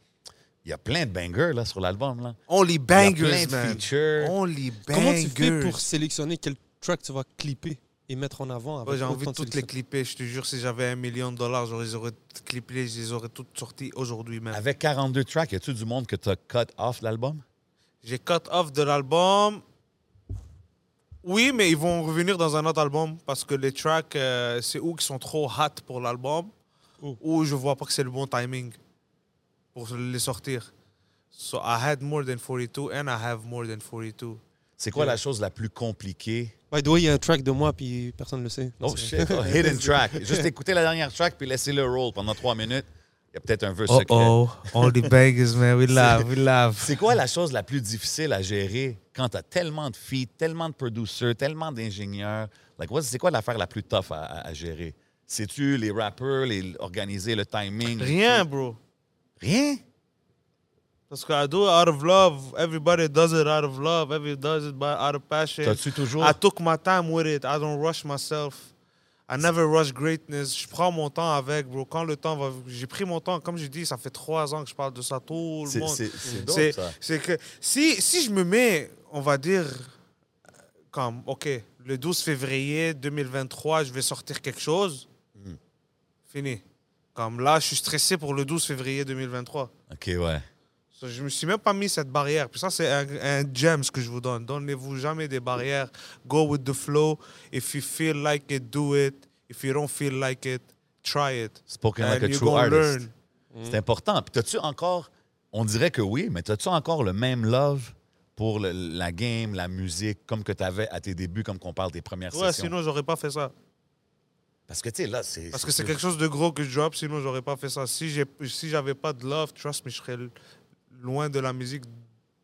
Il y a plein de bangers là, sur l'album. Là. Only Il y a bangers, plein de man. features. Only bangers. Comment tu fais pour sélectionner quel track tu vas clipper et mettre en avant avec Ouais, J'ai envie de autant toutes les sélection? clipper. Je te jure, si j'avais un million de dollars, je les aurais toutes clippées, je les aurais toutes sorties aujourd'hui même. Avec 42 tracks, y a-tu du monde que tu as cut off l'album? J'ai cut off de l'album. Oui, mais ils vont revenir dans un autre album parce que les tracks, euh, c'est ou qui sont trop hot pour l'album Oh. ou je vois pas que c'est le bon timing pour les sortir. So I had more than 42 and I have more than 42. C'est quoi Ouais. la chose la plus compliquée? By the way, il y a un track de moi, puis personne ne le sait. Oh C'est- shit, oh, hidden track. Juste écouter la dernière track puis laisser le roll pendant trois minutes. Il y a peut-être un verse secret. all the bangers, man, we love, we love. C'est quoi la chose la plus difficile à gérer quand t'as tellement de filles, tellement de producers, tellement d'ingénieurs? Like, what- c'est quoi l'affaire la plus tough à, à- à gérer? C'est-tu les rappers, les, organiser le timing? Rien, bro. Rien? Parce que I do it out of love. Everybody does it out of love. Everybody does it by, out of passion. T'as-tu toujours... I took my time with it. I don't rush myself. I never rush greatness. Je prends mon temps avec, bro. Quand le temps va. J'ai pris mon temps. Comme je dis, ça fait trois ans que je parle de ça. Tout le C'est- monde. c'est- C'est C'est- dope, ça. C'est que si, si je me mets, on va dire, comme, OK, le 12 février 2023, je vais sortir quelque chose. Hmm. Fini. Comme là, je suis stressé pour le 12 février 2023. OK, ouais. So, je me suis même pas mis cette barrière. Puis ça, c'est un, un gem ce que je vous donne. Donnez-vous jamais des barrières. Go with the flow. If you feel like it, do it. If you don't feel like it, try it. Spoken like And a you true gonna artist. learn. C'est important. Puis t'as-tu encore, on dirait que oui, mais t'as-tu encore le même love pour le- la game, la musique, comme que t'avais à tes débuts, comme qu'on parle des premières Ouais, sessions? sinon, j'aurais pas fait ça. Parce que, tu sais, là, c'est... Parce que c'est quelque chose de gros que je drop, sinon j'aurais pas fait ça. Si j'ai, si j'avais pas de love, trust me, je serais l- loin de la musique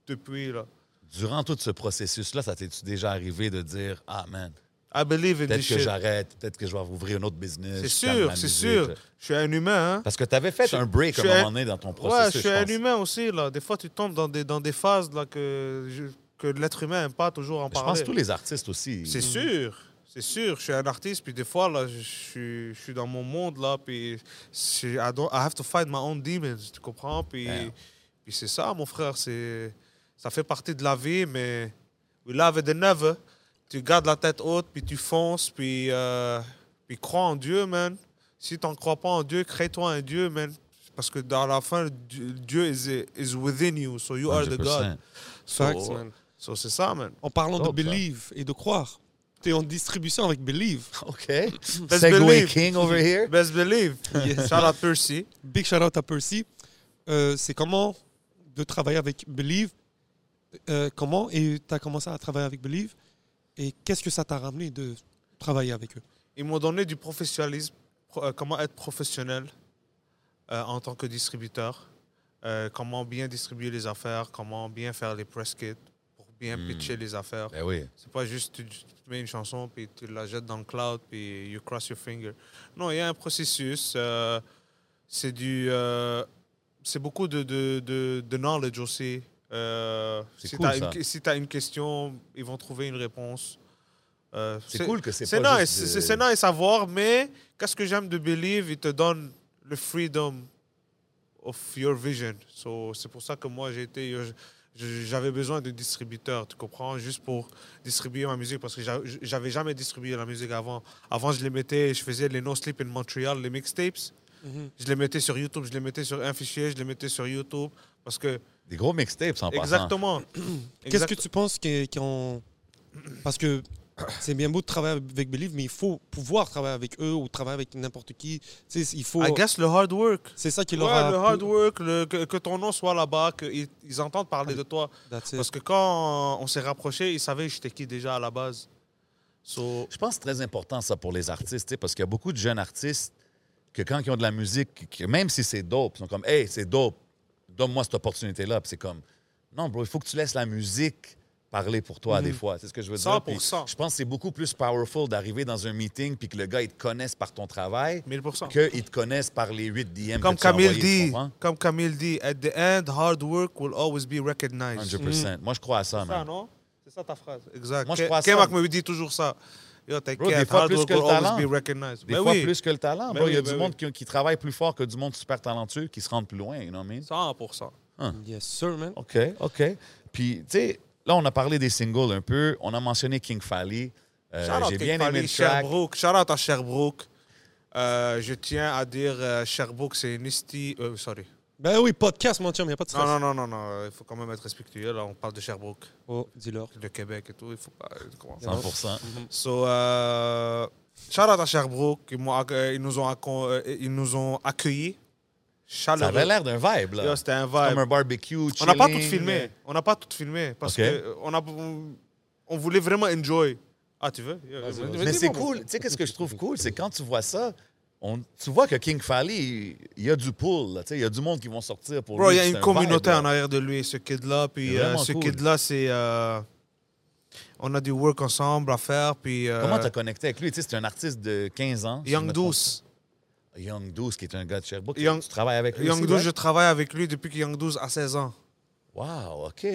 depuis là. Durant tout ce processus-là, ça t'es-tu déjà arrivé de dire, ah, man, I believe in peut-être this que shit. j'arrête, peut-être que je vais ouvrir un autre business. C'est je calme sûr, la c'est musique. sûr. Je suis un humain, hein. Parce que t'avais fait Je- un break à un je suis un- moment donné dans ton Ouais, je processus, suis un pense. humain aussi là. Des fois, tu tombes dans des dans des phases là que je- que l'être humain aime pas toujours en Je pense parler. que tous les artistes aussi. C'est sûr. C'est sûr, je suis un artiste, puis des fois, là, je suis, je suis dans mon monde, là, puis je- I, don't- I have to fight my own demons, tu comprends? Puis, Ouais. puis c'est ça, mon frère, c'est, ça fait partie de la vie, mais we love it and never. Tu gardes la tête haute, puis tu fonces, puis, euh, puis crois en Dieu, man. Si t'en crois pas en Dieu, crée-toi un Dieu, man. Parce que dans la fin, Dieu Dieu is, is within you, so you are the God. 100%. So, Facts, man. so c'est ça, man. En parlant Dope, de Oh. ça. believe et de croire, tu es en distribution avec believe. OK. Let's Segway believe. King over here. Best believe. Yes. Shout out Percy. Big shout out à Percy. Euh, c'est comment de travailler avec Believe Euh, Comment et tu as commencé à travailler avec Believe Et qu'est-ce que ça t'a ramené de travailler avec eux Ils m'ont donné du professionnalisme, pro- euh, comment être professionnel euh, en tant que distributeur, euh, comment bien distribuer les affaires, comment bien faire les press kits pour bien Mm. pitcher les affaires. Ben oui. C'est pas juste tu, tu mets une chanson puis tu la jettes dans le cloud puis you cross your finger. Non, il y a un processus. euh, c'est du, euh, c'est beaucoup de, de, de, de knowledge aussi. Euh, C'est si cool, t'as ça. une, si t'as une question, ils vont trouver une réponse. Euh, C'est cool que c'est c'est pas nice, juste de- c'est- c'est nice à voir, mais qu'est-ce que j'aime de Believe, il te donne le freedom of your vision. So, c'est pour ça que moi, j'ai été, euh, je- j'avais besoin de distributeur, tu comprends, juste pour distribuer ma musique, parce que j'a- j'avais jamais distribué la musique avant. Avant, je les mettais, je faisais les No Sleep in Montreal, les mixtapes, je les mettais sur YouTube, je les mettais sur un fichier, je les mettais sur YouTube, parce que Des gros mixtapes en passant. exactement. Qu'est-ce Exact- que tu penses que- qu'on. Parce que c'est bien beau de travailler avec Believe, mais il faut pouvoir travailler avec eux ou travailler avec n'importe qui. Tu sais, il faut. I guess le hard work. C'est ça qui Ouais, leur a. le hard work, le- que, que ton nom soit là-bas, qu'ils ils entendent parler de toi. That's it. Parce que quand on s'est rapprochés, ils savaient j'étais qui déjà à la base. So, Je pense que c'est très important, ça, pour les artistes, tu sais, parce qu'il y a beaucoup de jeunes artistes que quand ils ont de la musique, qui- qui- même si c'est dope, ils sont comme « Hey, c'est dope, donne-moi cette opportunité-là. » Puis c'est comme « Non, bro, il faut que tu laisses la musique parler pour toi, Mm. des fois. » C'est ce que je veux dire. Puis 100%. Je pense que c'est beaucoup plus powerful d'arriver dans un meeting puis que le gars, il te connaisse par ton travail 1000%. qu'il te connaisse par les 8 DM Comme que tu as Camille envoyés, tu dit, comprends? comme Camille dit, at the end, hard work will always be recognized. 100%. Moi, je crois à ça, Mm. C'est ça, man. non? C'est ça ta phrase. Exact. Moi, je Ke- crois à ça. Kemak me dit toujours ça. Yo, Bro, des t'inquiète, fois hard plus work que le will always talent. be recognized. Des Ben fois oui, plus que le talent. Ben bro. il y a oui, du ben monde qui, qui travaille plus fort que du monde super talentueux qui se rend plus loin, you know what I mean? 100%. Yes, sir, man. OK, OK. Puis, tu sais, là, on a parlé des singles un peu. On a mentionné King Fally. Euh, Shout out J'ai King bien aimé Fally, le track. Sherbrooke. Shout out à Sherbrooke. Euh, je tiens à dire, euh, Sherbrooke, c'est une esti... euh, sorry. Ben oui, podcast, mon chum, il n'y a pas de stress. Non, non, non, non, non. euh, Il faut quand même être respectueux. Là, on parle de Sherbrooke, Oh, dis-leur. de Québec et tout. Il faut pas... euh, comment- 100%. So, euh, shout out à Sherbrooke. Ils, m'ont accue- euh, ils nous, ont acco- euh, ils nous ont accueillis. Ça Chaleureux. avait l'air d'un vibe, là. Yo, C'était un Comme vibe. un barbecue, On n'a pas tout chilling. euh, filmé. On n'a pas tout filmé. Parce Ok. que euh, on, a, on voulait vraiment enjoy. Ah, tu veux? Yo, vas-y, Mais c'est dis-moi, moi. cool. Tu sais, qu'est-ce que je trouve cool, c'est quand tu vois ça, on, tu vois que King Fally, il y a du pool. là, tu sais, Il y a du monde qui vont sortir pour Bro, lui. il y a c'est une un communauté vibe, en là. arrière de lui, ce kid-là. Puis C'est euh, vraiment ce cool. kid-là, c'est. euh, on a du work ensemble à faire. Puis. euh, Comment t'as connecté avec lui? Tu sais, c'est un artiste de 15 ans. si je Young me trompe. Douce. Young Douce, qui est un gars de Sherbrooke. Young- tu travailles avec lui Young aussi, Douce, ouais? je travaille avec lui depuis que Young Douce a 16 ans. Wow, OK.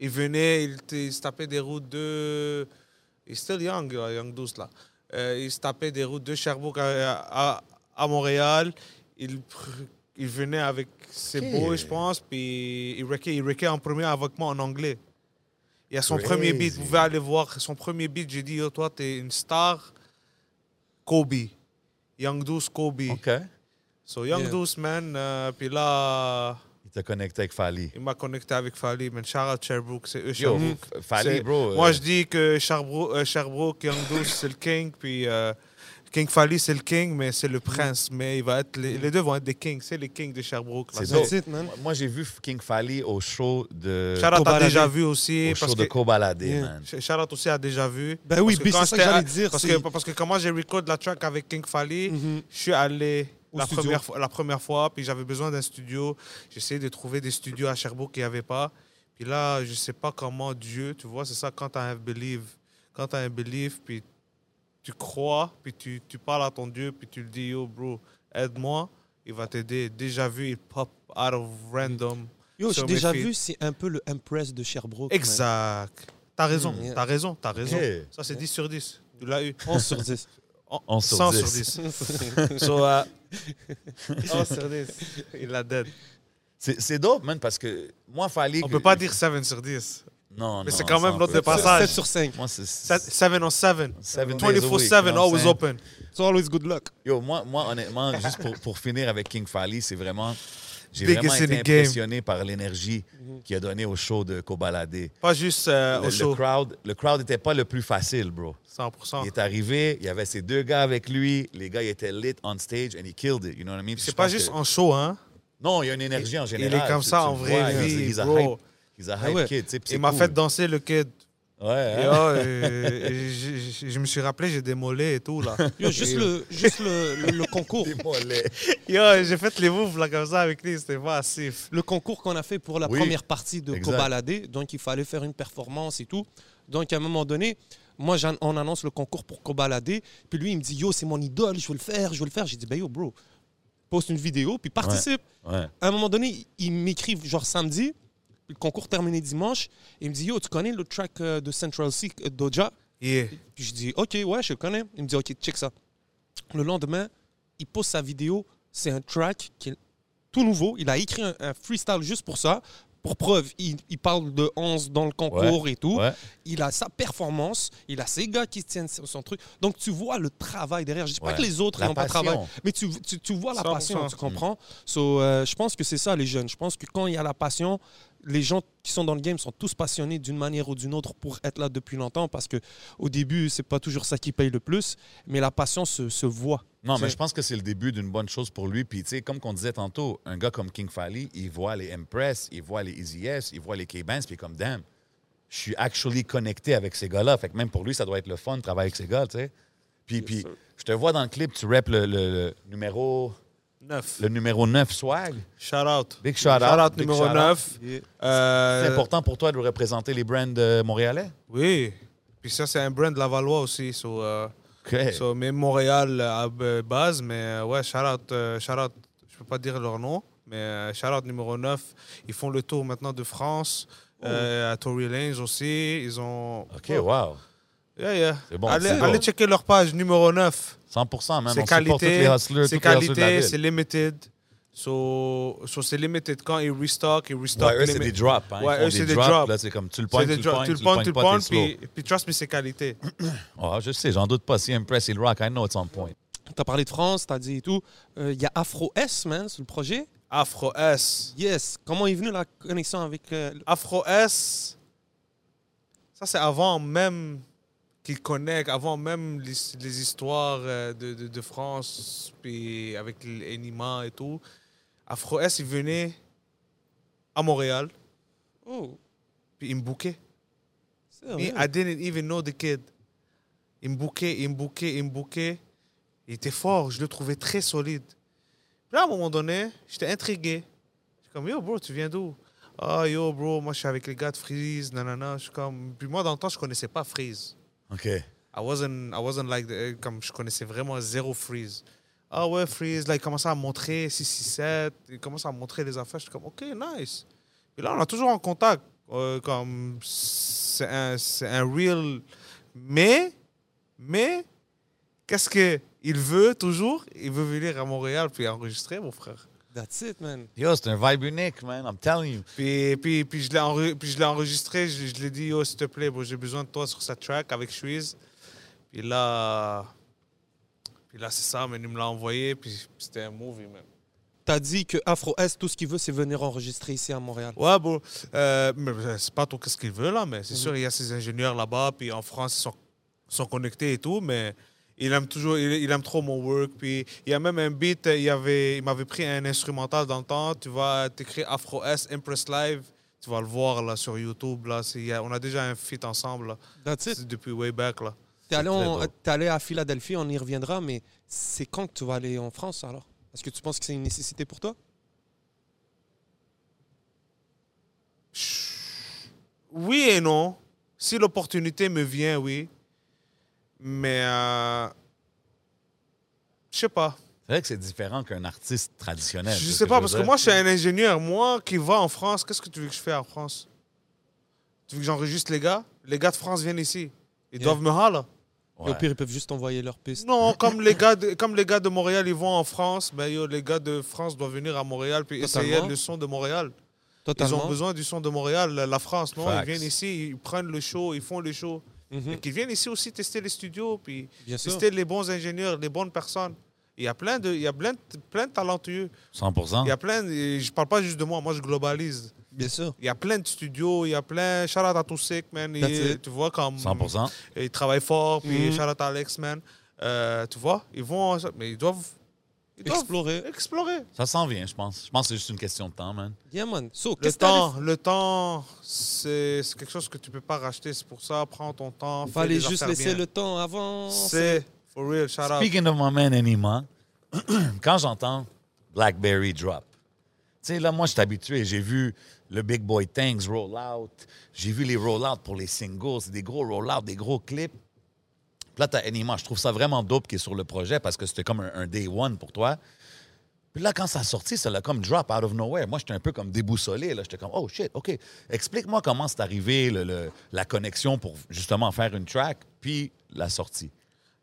Il venait, il, t- il se tapait des routes de. Il est still young, euh, Young Douce, là. Euh, il se tapait des routes de Sherbrooke à, à- à Montréal. Il, pr- il venait avec ses Ok. boys, je pense, puis il wreckait, il wreckait en premier avec moi en anglais. Il y a son premier beat, vous Crazy. pouvez aller voir. Son premier beat, j'ai dit, Yo, toi, t'es une star. Kobe. Young Douce, Kobe. OK. So, Young Yeah. Douce, man. euh, puis là, Il t'a connecté avec Fally. il m'a connecté avec Fali, man. Shout out Sherbrooke, c'est eux, Yo, Sherbrooke. F- C'est- Fally, bro. Moi, euh, je dis que Sherbrooke, euh, Sherbrooke Young Douce, c'est le king, puis euh, King Fally, c'est le king, mais c'est le prince. Mais il va être, les, les deux vont être des kings. C'est les kings de Sherbrooke. là. C'est That's it, man. moi- Moi, j'ai vu King Fally au show de... Shout out à Kobalade. déjà vu aussi. au parce show de que- Cobaladé, Yeah. man. Sh- Shout out aussi à déjà vu. Ben oui, Parce puis quand c'est ça que j'étais à- j'allais dire, Parce c'est- que, parce que comment j'ai record la track avec King Fally, Mhm. je suis allé Au la studio. première, fois- la première fois, puis j'avais besoin d'un studio. J'essayais de trouver des studios à Sherbrooke qu'il n'y avait pas. Puis là, je sais pas comment Dieu, tu vois, c'est ça quand tu as un believe. Quand tu as un believe, puis tu crois, puis tu, tu parles à ton Dieu, puis tu le dis, yo, bro, aide-moi, il va t'aider. Déjà vu, il pop out of random. Yo, j'ai sur déjà mes feeds. vu, c'est un peu le Impress de Sherbrooke. man. Exact. T'as raison, Mm, yeah. t'as raison, t'as raison. Hmm. Ok. Ça, c'est 10 sur 10. Tu l'as eu. 11 sur 10. On 100 sur 10. so, uh, euh, 11 sur 10. Il a dead. C'est c'est dope, man, parce que moi, Fally... On que- peut pas dire 7 sur 10. Non, Mais non, c'est quand même ça, on l'autre peut de pas. passage. 7 sur 5. Moi, c'est... c'est- 7 on 7. Seven days a week, 24-7, you know what I'm always saying? open. It's always good luck. Yo, moi, moi, honnêtement, juste pour, pour finir avec King Fally, c'est vraiment... J'ai Biggest vraiment in été the game. impressionné par l'énergie qu'il a donnée au show de Cobaladé. Pas juste euh, Le, au le show. crowd, le crowd n'était pas le plus facile, bro. Il 100%. est arrivé, il y avait ces deux gars avec lui, les gars ils étaient lit on stage and he killed it, you know what I mean? Puis je C'est pas pense juste que- en show, hein. Non, il y a une énergie en général. comme Tu- ça tu en le vraie vois, vie, he's a- he's a bro. Ah hype- He's a hype ouais. kid, tu sais, puis c'est Il m'a cool. fait danser le kid. Ouais, Et, hein? oh, euh, et je- je je me suis rappelé, j'ai démolé et tout, là. Yo, juste Et- le, juste le, le- le concours. Des mollets. Yo, j'ai fait les moves, là, comme ça, avec lui. C'était pas safe. Le concours qu'on a fait pour la Oui, première partie de exact. Cobaladé. Donc, il fallait faire une performance et tout. Donc, à un moment donné, moi, j'an- on annonce le concours pour Cobaladé. Puis lui, il me dit Yo, c'est mon idole, je veux le faire, je veux le faire. J'ai dit Ben yo, bro, poste une vidéo, puis participe. Ouais. à un moment donné, ils m'écrivent genre samedi, le concours terminé dimanche, il me dit Yo, tu connais le track euh, de Central C, euh, Doja Yeah. Puis je dis Ok, ouais, je connais. Il me dit Ok, check ça. Le lendemain, il poste sa vidéo, c'est un track qui est tout nouveau. Il a écrit un, un freestyle juste pour ça. Pour preuve, il, il parle de 11 dans le concours et tout. Ouais. Il a sa performance, il a ses gars qui tiennent son son truc. Donc tu vois le travail derrière. Je dis Ouais. pas que les autres La n'ont pas de passion. travail, mais tu, tu, tu vois la 100%. passion, tu comprends. So, euh, je pense que c'est ça les jeunes. Je pense que quand il y a la passion, les gens qui sont dans le game sont tous passionnés d'une manière ou d'une autre pour être là depuis longtemps parce que au début c'est pas toujours ça qui paye le plus, mais la passion se, se voit. Non, mais C'est- je pense que c'est le début d'une bonne chose pour lui. Puis, tu sais, comme qu'on disait tantôt, un gars comme King Fally, il voit les Impress, il voit les Easy S, il voit les K-Bands, puis il est comme, damn, je suis actually connecté avec ces gars-là. Fait que même pour lui, ça doit être le fun de travailler avec ces gars, tu sais. Puis, puis je te vois dans le clip, tu rappes le, le- le numéro, 9. le numéro 9 swag. Shout out. Big shout out, big numéro Euh, shout out. 9. C'est important pour toi de représenter les brands euh, montréalais? Oui. Puis ça, c'est un brand Lavallois aussi. So, euh, OK. so, mais Montréal euh, à b- base. Mais euh, ouais, shout out, euh, shout out. Je peux pas dire leur nom, mais euh, shout out numéro 9. Ils font le tour maintenant de France. euh, à Tory Lanez aussi. Ils ont. Oh. OK, wow. Yeah, yeah. C'est bon, allez, c'est bon. allez checker leur page numéro 9. man. On C'est supporte tous les qualité. hustlers, C'est tous les hustlers de la qualité, ville. c'est limited. So, so c'est limited. Quand ils restock, ils restock Ouais, eux, c'est limit. des drops. Hein. Ils Ouais, font eux, c'est des drops. drops. Là, c'est comme tu le C'est pognes, tu des le drops. pognes, Tu le pognes, tu le pognes, slow. puis, puis trust me, c'est qualité. Ah, je sais, j'en doute pas. Si Impress, il rock, I know it's on point. Tu as parlé de France, tu as dit et tout. Euh, Il y a Afro S, man, sur le projet. Afro S. Yes. Comment est venue la connexion avec. euh, Afro S, ça c'est avant même qu'ils connectent, avant même les, les histoires euh, de, de, de France, puis avec l'Enima et tout. Afro S, il venait à Montréal, Oh, puis il me bookait. c'est vrai. Me, I didn't even know the kid. Il me bouquait, il me bouquait, il me bouquait. Il était fort, je le trouvais très solide. Puis là, à un moment donné, j'étais intrigué. Je suis comme, yo, bro, tu viens d'où? Ah, yo, bro, moi, je suis avec les gars de Freeze, nanana. Je suis comme... Puis moi, dans le temps, je connaissais pas Freeze. OK. I wasn't, I wasn't like... the- eh, comme je connaissais vraiment zéro Freeze. Ah ouais, Freeze, là, il commençait à me montrer 667. Il commençait à me montrer les affaires. Je suis comme, OK, nice. Et là, on est toujours en contact. euh, comme c'est un, c'est un real. Mais, mais, qu'est-ce qu'il veut toujours Il veut venir à Montréal puis enregistrer, mon frère. That's it, man. Yo, c'est un vibe unique, man. I'm telling you. Puis, puis, puis, je, l'ai enre- puis je l'ai enregistré, je, je lui ai dit, yo, s'il te plaît, bro, j'ai besoin de toi sur sa track avec Suisse. Puis là, puis là c'est ça, mais il me l'a envoyé, puis c'était un movie, man. Tu as dit que Afro S, tout ce qu'il veut, c'est venir enregistrer ici à Montréal. Ouais, bon, euh, mais euh, c'est pas tout ce qu'il veut là, mais c'est sûr, il y a ses ingénieurs là-bas, puis en France, ils sont, sont connectés et tout, mais il aime toujours, il, il aime trop mon work. Puis il y a même un beat, euh, il, y avait, il m'avait pris un instrumental dans le temps, tu vas t'écrire Afro S, Impress Live, tu vas le voir là sur YouTube, là, c'est- il y a- on a déjà un feat ensemble, là. That's it. C'est depuis way back là. T'es allé, très en- drôle. t'es allé à Philadelphie, on y reviendra, mais c'est quand que tu vas aller en France alors Est-ce que tu penses que c'est une nécessité pour toi Oui et non. Si l'opportunité me vient, oui. Mais euh, je sais pas. C'est vrai que c'est différent qu'un artiste traditionnel. Je c'est ce sais je pas, veux parce que dire. moi, je suis un ingénieur. Moi qui va en France, qu'est-ce que tu veux que je fasse en France Tu veux que j'enregistre les gars Les gars de France viennent ici. Ils Yeah. doivent me râler. Et Ouais. Au pire, ils peuvent juste envoyer leur piste. Non, comme les, gars de, comme les gars de Montréal, ils vont en France, ben, yo, les gars de France doivent venir à Montréal puis essayer Totalement. le son de Montréal. Ils Totalement. ont besoin du son de Montréal, la- la France, non Facts. Hmm. Ils viennent ici, ils prennent le show, ils font le show. Mhm, Et qu'ils viennent ici aussi tester les studios, puis bien sûr. tester les bons ingénieurs, les bonnes personnes. Il y a plein de, il y a plein de, plein de talentueux. 100 Il y a plein, de- je parle pas juste de moi, moi je globalise. Bien sûr. Il y a plein de studios, il y a plein. Shout out à Toussic, man. That's Et, it. tu vois, comme. 100 Ils travaillent fort, puis Mhm. shout out à Alex, man. Euh, tu vois, ils vont. Mais ils doivent. Ils doivent Explorer. explorer. Ça s'en vient, je pense. Je pense que c'est juste une question de temps, man. Yeah, man. So, Le qu'est-ce que t'as temps, le temps, c'est c'est quelque chose que tu peux pas racheter. C'est pour ça, prends ton temps. Il fais fallait les juste affaires laisser bien. le temps avant. C'est. For real, shout out. Speaking of my man Anima, quand j'entends Blackberry drop, tu sais, là, moi, je suis habitué. J'ai vu le Big Boy Tanks roll out. J'ai vu les roll out pour les singles. C'est des gros roll out, des gros clips. Puis là, t'as Anima. Je trouve ça vraiment dope qui est sur le projet parce que c'était comme un, un day one pour toi. Puis là, quand ça a sorti, ça l'a comme drop out of nowhere. Moi, j'étais un peu comme déboussolé. Là. J'étais comme, oh shit, OK. Explique-moi comment c'est arrivé le- le- la connexion pour justement faire une track, puis la sortie.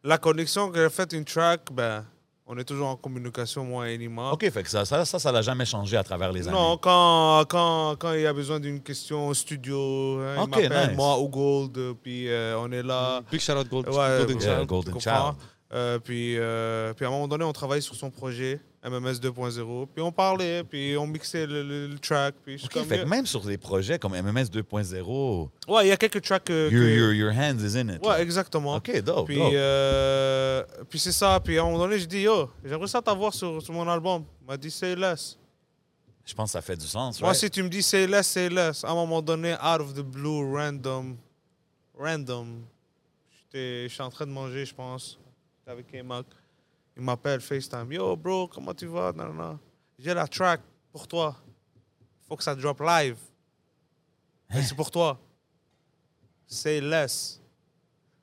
La connexion que j'ai faite, une track, ben, on est toujours en communication, moi et Nima. OK, fait que ça, ça, ça, ça l'a jamais changé à travers les années. Non, quand, quand, quand il y a besoin d'une question au studio, hein, Ok, il m'appelle, nice. moi ou Gold, euh, puis euh, on est là. Big shout out Gold. Ouais, Golden Child. ouais, Yeah, Golden tu comprends? Child. Euh, puis, euh, puis à un moment donné, on travaillait sur son projet, MMS 2.0, puis on parlait, puis on mixait le, le- le track. Puis je suis OK, comme, fait que yeah. même sur des projets comme MMS 2.0, Ouais, il y a quelques tracks. que- your, your, que- your hands is in it. Ouais, là. exactement. OK, dope, Puis, dope. euh, puis c'est ça. Puis à un moment donné, je dis, yo, j'aimerais ça t'avoir sur, sur mon album. Il m'a dit, say less. Je pense que ça fait du sens, Moi, right? si tu me dis c'est less, c'est less, à un moment donné, out of the blue, random, random, j'étais- je suis en train de manger, je pense, J'étais avec K-Mac. Il m'appelle FaceTime. Yo, bro, comment tu vas? Non, non, non. J'ai la track pour toi. Faut que ça drop live. Mais C'est pour toi. C'est less.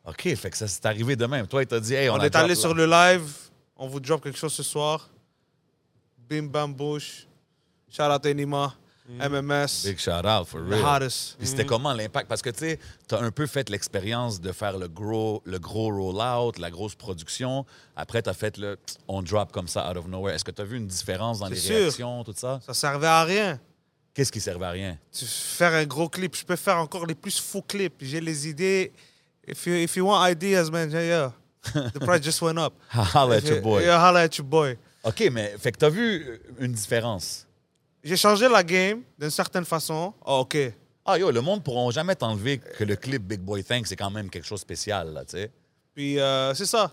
OK, fait que ça s'est arrivé de même. Toi, il t'a dit, hey, on, On, a est drop allé là. sur le live. On vous drop quelque chose ce soir. Bim Bam Bush. Shout out Enima. MMS, Mm. Big shout out, for the real. hottest. Puis c'était comment l'impact? Parce que tu sais, t'as un peu fait l'expérience de faire le gros, le gros roll-out, la grosse production. Après, t'as fait le tsk, on drop comme ça out of nowhere. Est-ce que t'as vu une différence dans C'est les sûr. réactions, tout ça? Ça servait à rien. Qu'est-ce qui servait à rien? Tu faire un gros clip, je peux faire encore les plus fous clips. J'ai les idées. If you, if you want ideas, man, yeah, yeah. The price just went up. Holla at your boy. Yeah, holla at your boy. OK, mais fait que t'as vu euh, une différence. J'ai changé la game d'une certaine façon. Ah, OK. Ah yo, le monde pourront jamais t'enlever que le clip Big Boy Thanks c'est quand même quelque chose de spécial, là, tu sais. Puis euh, c'est ça.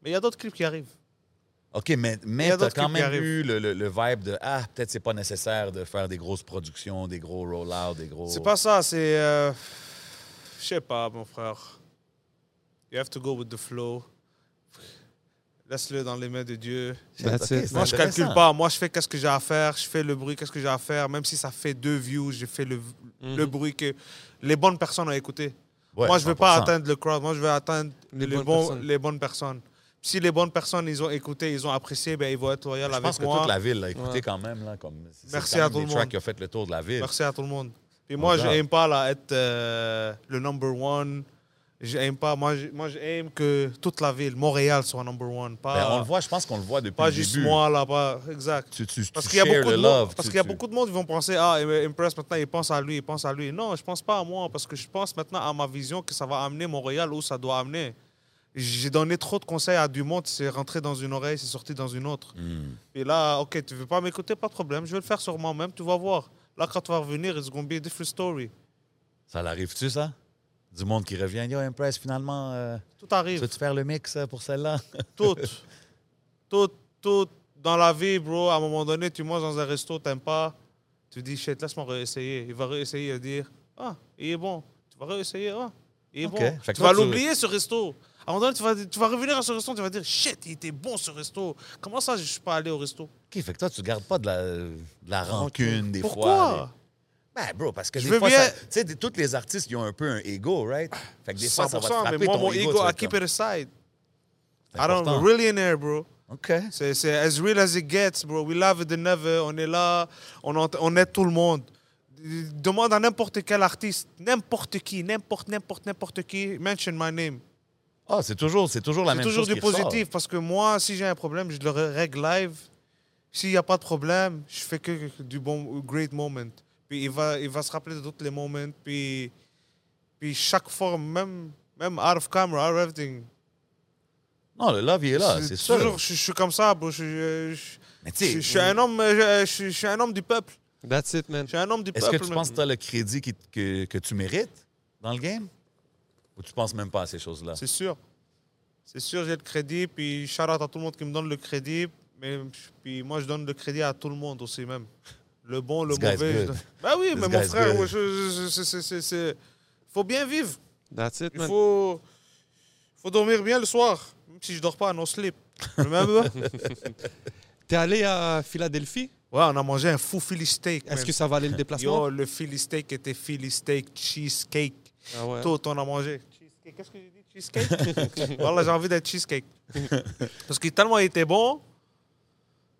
Mais il y a d'autres clips qui arrivent. OK, mais, Il y mais a t'as d'autres quand clips même qui arrivent. eu le, le- le vibe de Ah, peut-être c'est pas nécessaire de faire des grosses productions, des gros roll-out, des gros. C'est pas ça, c'est. euh, Je sais pas, mon frère. You have to go with the flow. Laisse-le dans les mains de Dieu. That's OK, it. c'est Moi, je intéressant. calcule pas. Moi, je fais qu'est-ce que j'ai à faire. Je fais le bruit, qu'est-ce que j'ai à faire. Même si ça fait deux views, j'ai fait le, Mhm. le bruit que les bonnes personnes ont écouté. Mhm. Ouais, Moi, je veux pas 100%. atteindre le crowd. Moi, je veux atteindre les, Les bonnes bons- personnes. les bonnes personnes. Si les bonnes personnes, ils ont écouté, ils ont apprécié, ben, ils vont être loyaux Je avec pense que moi. toute la ville l'a écouté Ouais. quand même. Là, comme, c'est- c'est Merci quand à même tout des le tracks monde. qui ont fait le tour de la ville. Merci à tout le monde. Puis moi, Exact. j'aime pas là, être euh, le number one. J'aime pas. Moi, j'ai- moi, j'aime que toute la ville, Montréal, soit number one. Pas, Ben, on le voit, je pense qu'on le voit depuis pas le juste début. moi là, pas exact. Tu, tu, Parce tu qu'il y a shares beaucoup de le monde- love, parce tu- qu'il y a tu- beaucoup de monde qui vont penser ah Impress maintenant il pense à lui, il pense à lui. Non, je pense pas à moi parce que je pense maintenant à ma vision que ça va amener Montréal où ça doit amener. J'ai donné trop de conseils à du monde, c'est rentré dans une oreille, c'est sorti dans une autre. Hmm. Et là, ok, tu veux pas m'écouter, pas de problème, je vais le faire sur moi-même, tu vas voir. Là, quand tu vas revenir, it's gonna be a different story. Ça l'arrive-tu, ça? Du monde qui revient. Yo, Impress, finalement, euh, Tout arrive, veux-tu faire le mix euh, pour celle-là? tout, tout, tout dans la vie, bro. À un moment donné, tu manges dans un resto, t'aimes pas, tu dis shit, laisse-moi réessayer. Il va réessayer et dire ah, il est bon. Tu vas réessayer, ah, il est Ok. bon. Fait que tu toi, vas tu- l'oublier ce resto. À un moment donné, tu vas, tu vas revenir à ce resto, tu vas dire shit, il était bon ce resto. Comment ça, je suis pas allé au resto OK, fait que toi, tu gardes pas de la, de la rancune, des fois. Pourquoi Ben, bro, parce que Je des veux fois, bien- ça- tu sais, des- tous les artistes, ils ont un peu un ego, right? Fait que des fois, ça va te 100%, frapper mais moi, ton mon ego. ego, tu vas I être keep comme- it aside. C'est I don't, important. millionaire, bro. OK. C'est, c'est as real as it gets, bro. We love it and never. On est là, on, ent- on aide tout le monde. Demande à n'importe quel artiste, n'importe qui, n'importe, n'importe, n'importe qui, mention my name. Ah, c'est toujours, c'est toujours la C'est même toujours chose du qui ressort. positif parce que moi, si j'ai un problème, je le rè- règle live. S'il n'y a pas de problème, je fais que du bon great moment. Puis il va, il va se rappeler de tous les moments. Puis, puis chaque fois, même, même out of camera, out of everything. Non, le love, il est là, c'est sûr. toujours, je, je suis comme ça, bro. Je- je- je- Mais tu sais, je, je suis un homme, euh, je, je suis- je suis un homme du peuple. That's it, man. Je suis un homme du Est-ce peuple. que tu man. penses que tu as le crédit qui- que, que tu mérites dans le game? Ou tu penses même pas à ces choses-là? C'est sûr. C'est sûr, j'ai le crédit. Puis shout out à tout le monde qui me donne le crédit. Mais puis moi, je donne le crédit à tout le monde aussi même. Le bon, le This guy's mauvais. je good. donne- Bah oui, This mais mon guy's frère, good. ouais, je- je- je- c'est- c'est- c'est- faut bien vivre. That's it, Il man. faut, faut dormir bien le soir. Même si je dors pas, non slip. Remember? ouais, T'es allé à Philadelphie? on a mangé un fou Philly steak. Est-ce man. que ça valait le déplacement? Yo, le Philly steak était Philly steak cheesecake. Ah ouais. Tout, on a mangé. Cheesecake. Qu'est-ce que j'ai dit? Cheesecake? voilà, j'ai envie d'être cheesecake. Parce qu'il tellement était bon,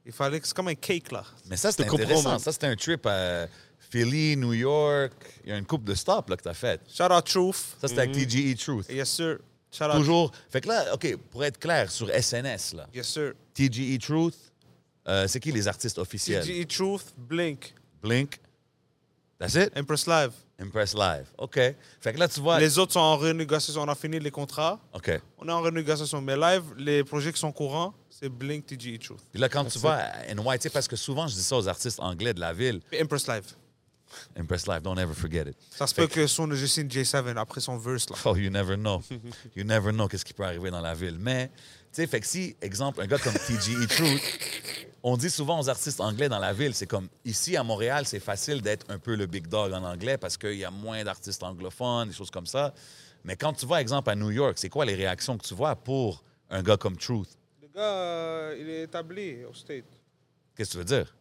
il fallait que c'est comme un cake, là. Mais ça, c'est te comprends, intéressant. man. Ça, c'était un trip à Philly, New York. Il y a une coupe de stops là, que tu as faite. Shout out Truth. Ça, c'était avec TGE Truth. Yes, sir. Shout out. Toujours. Fait que là, OK, pour être clair, sur SNS, là, Yes, sir. TGE Truth, euh, c'est qui les artistes officiels? TGE E Truth, Blink, Blink. That's it? Empress Live. Impress Live. OK. Fait que là, tu vois. Les autres sont en renégociation. On a fini les contrats. OK. On est en renégociation. Mais live, les projets qui sont courants, c'est Blink, TGE Truth. Puis là, quand tu euh, vas à NY, tu sais, parce que souvent, je dis ça aux artistes anglais de la ville, Puis Empress Live. Impress Live, don't ever forget it. Ça se peut que son, je signe J7 après son verse, là. Oh, you never know. You never know qu'est-ce qui peut arriver dans la ville. Mais, tu sais, fait que si, exemple, un gars comme TGE Truth, on dit souvent aux artistes anglais dans la ville, c'est comme, ici à Montréal, c'est facile d'être un peu le big dog en anglais parce qu'il y a moins d'artistes anglophones, des choses comme ça. Mais quand tu vas, exemple, à New York, c'est quoi les réactions que tu vois pour un gars comme Truth? Le gars, euh, il est établi au State. Qu'est-ce que tu veux dire?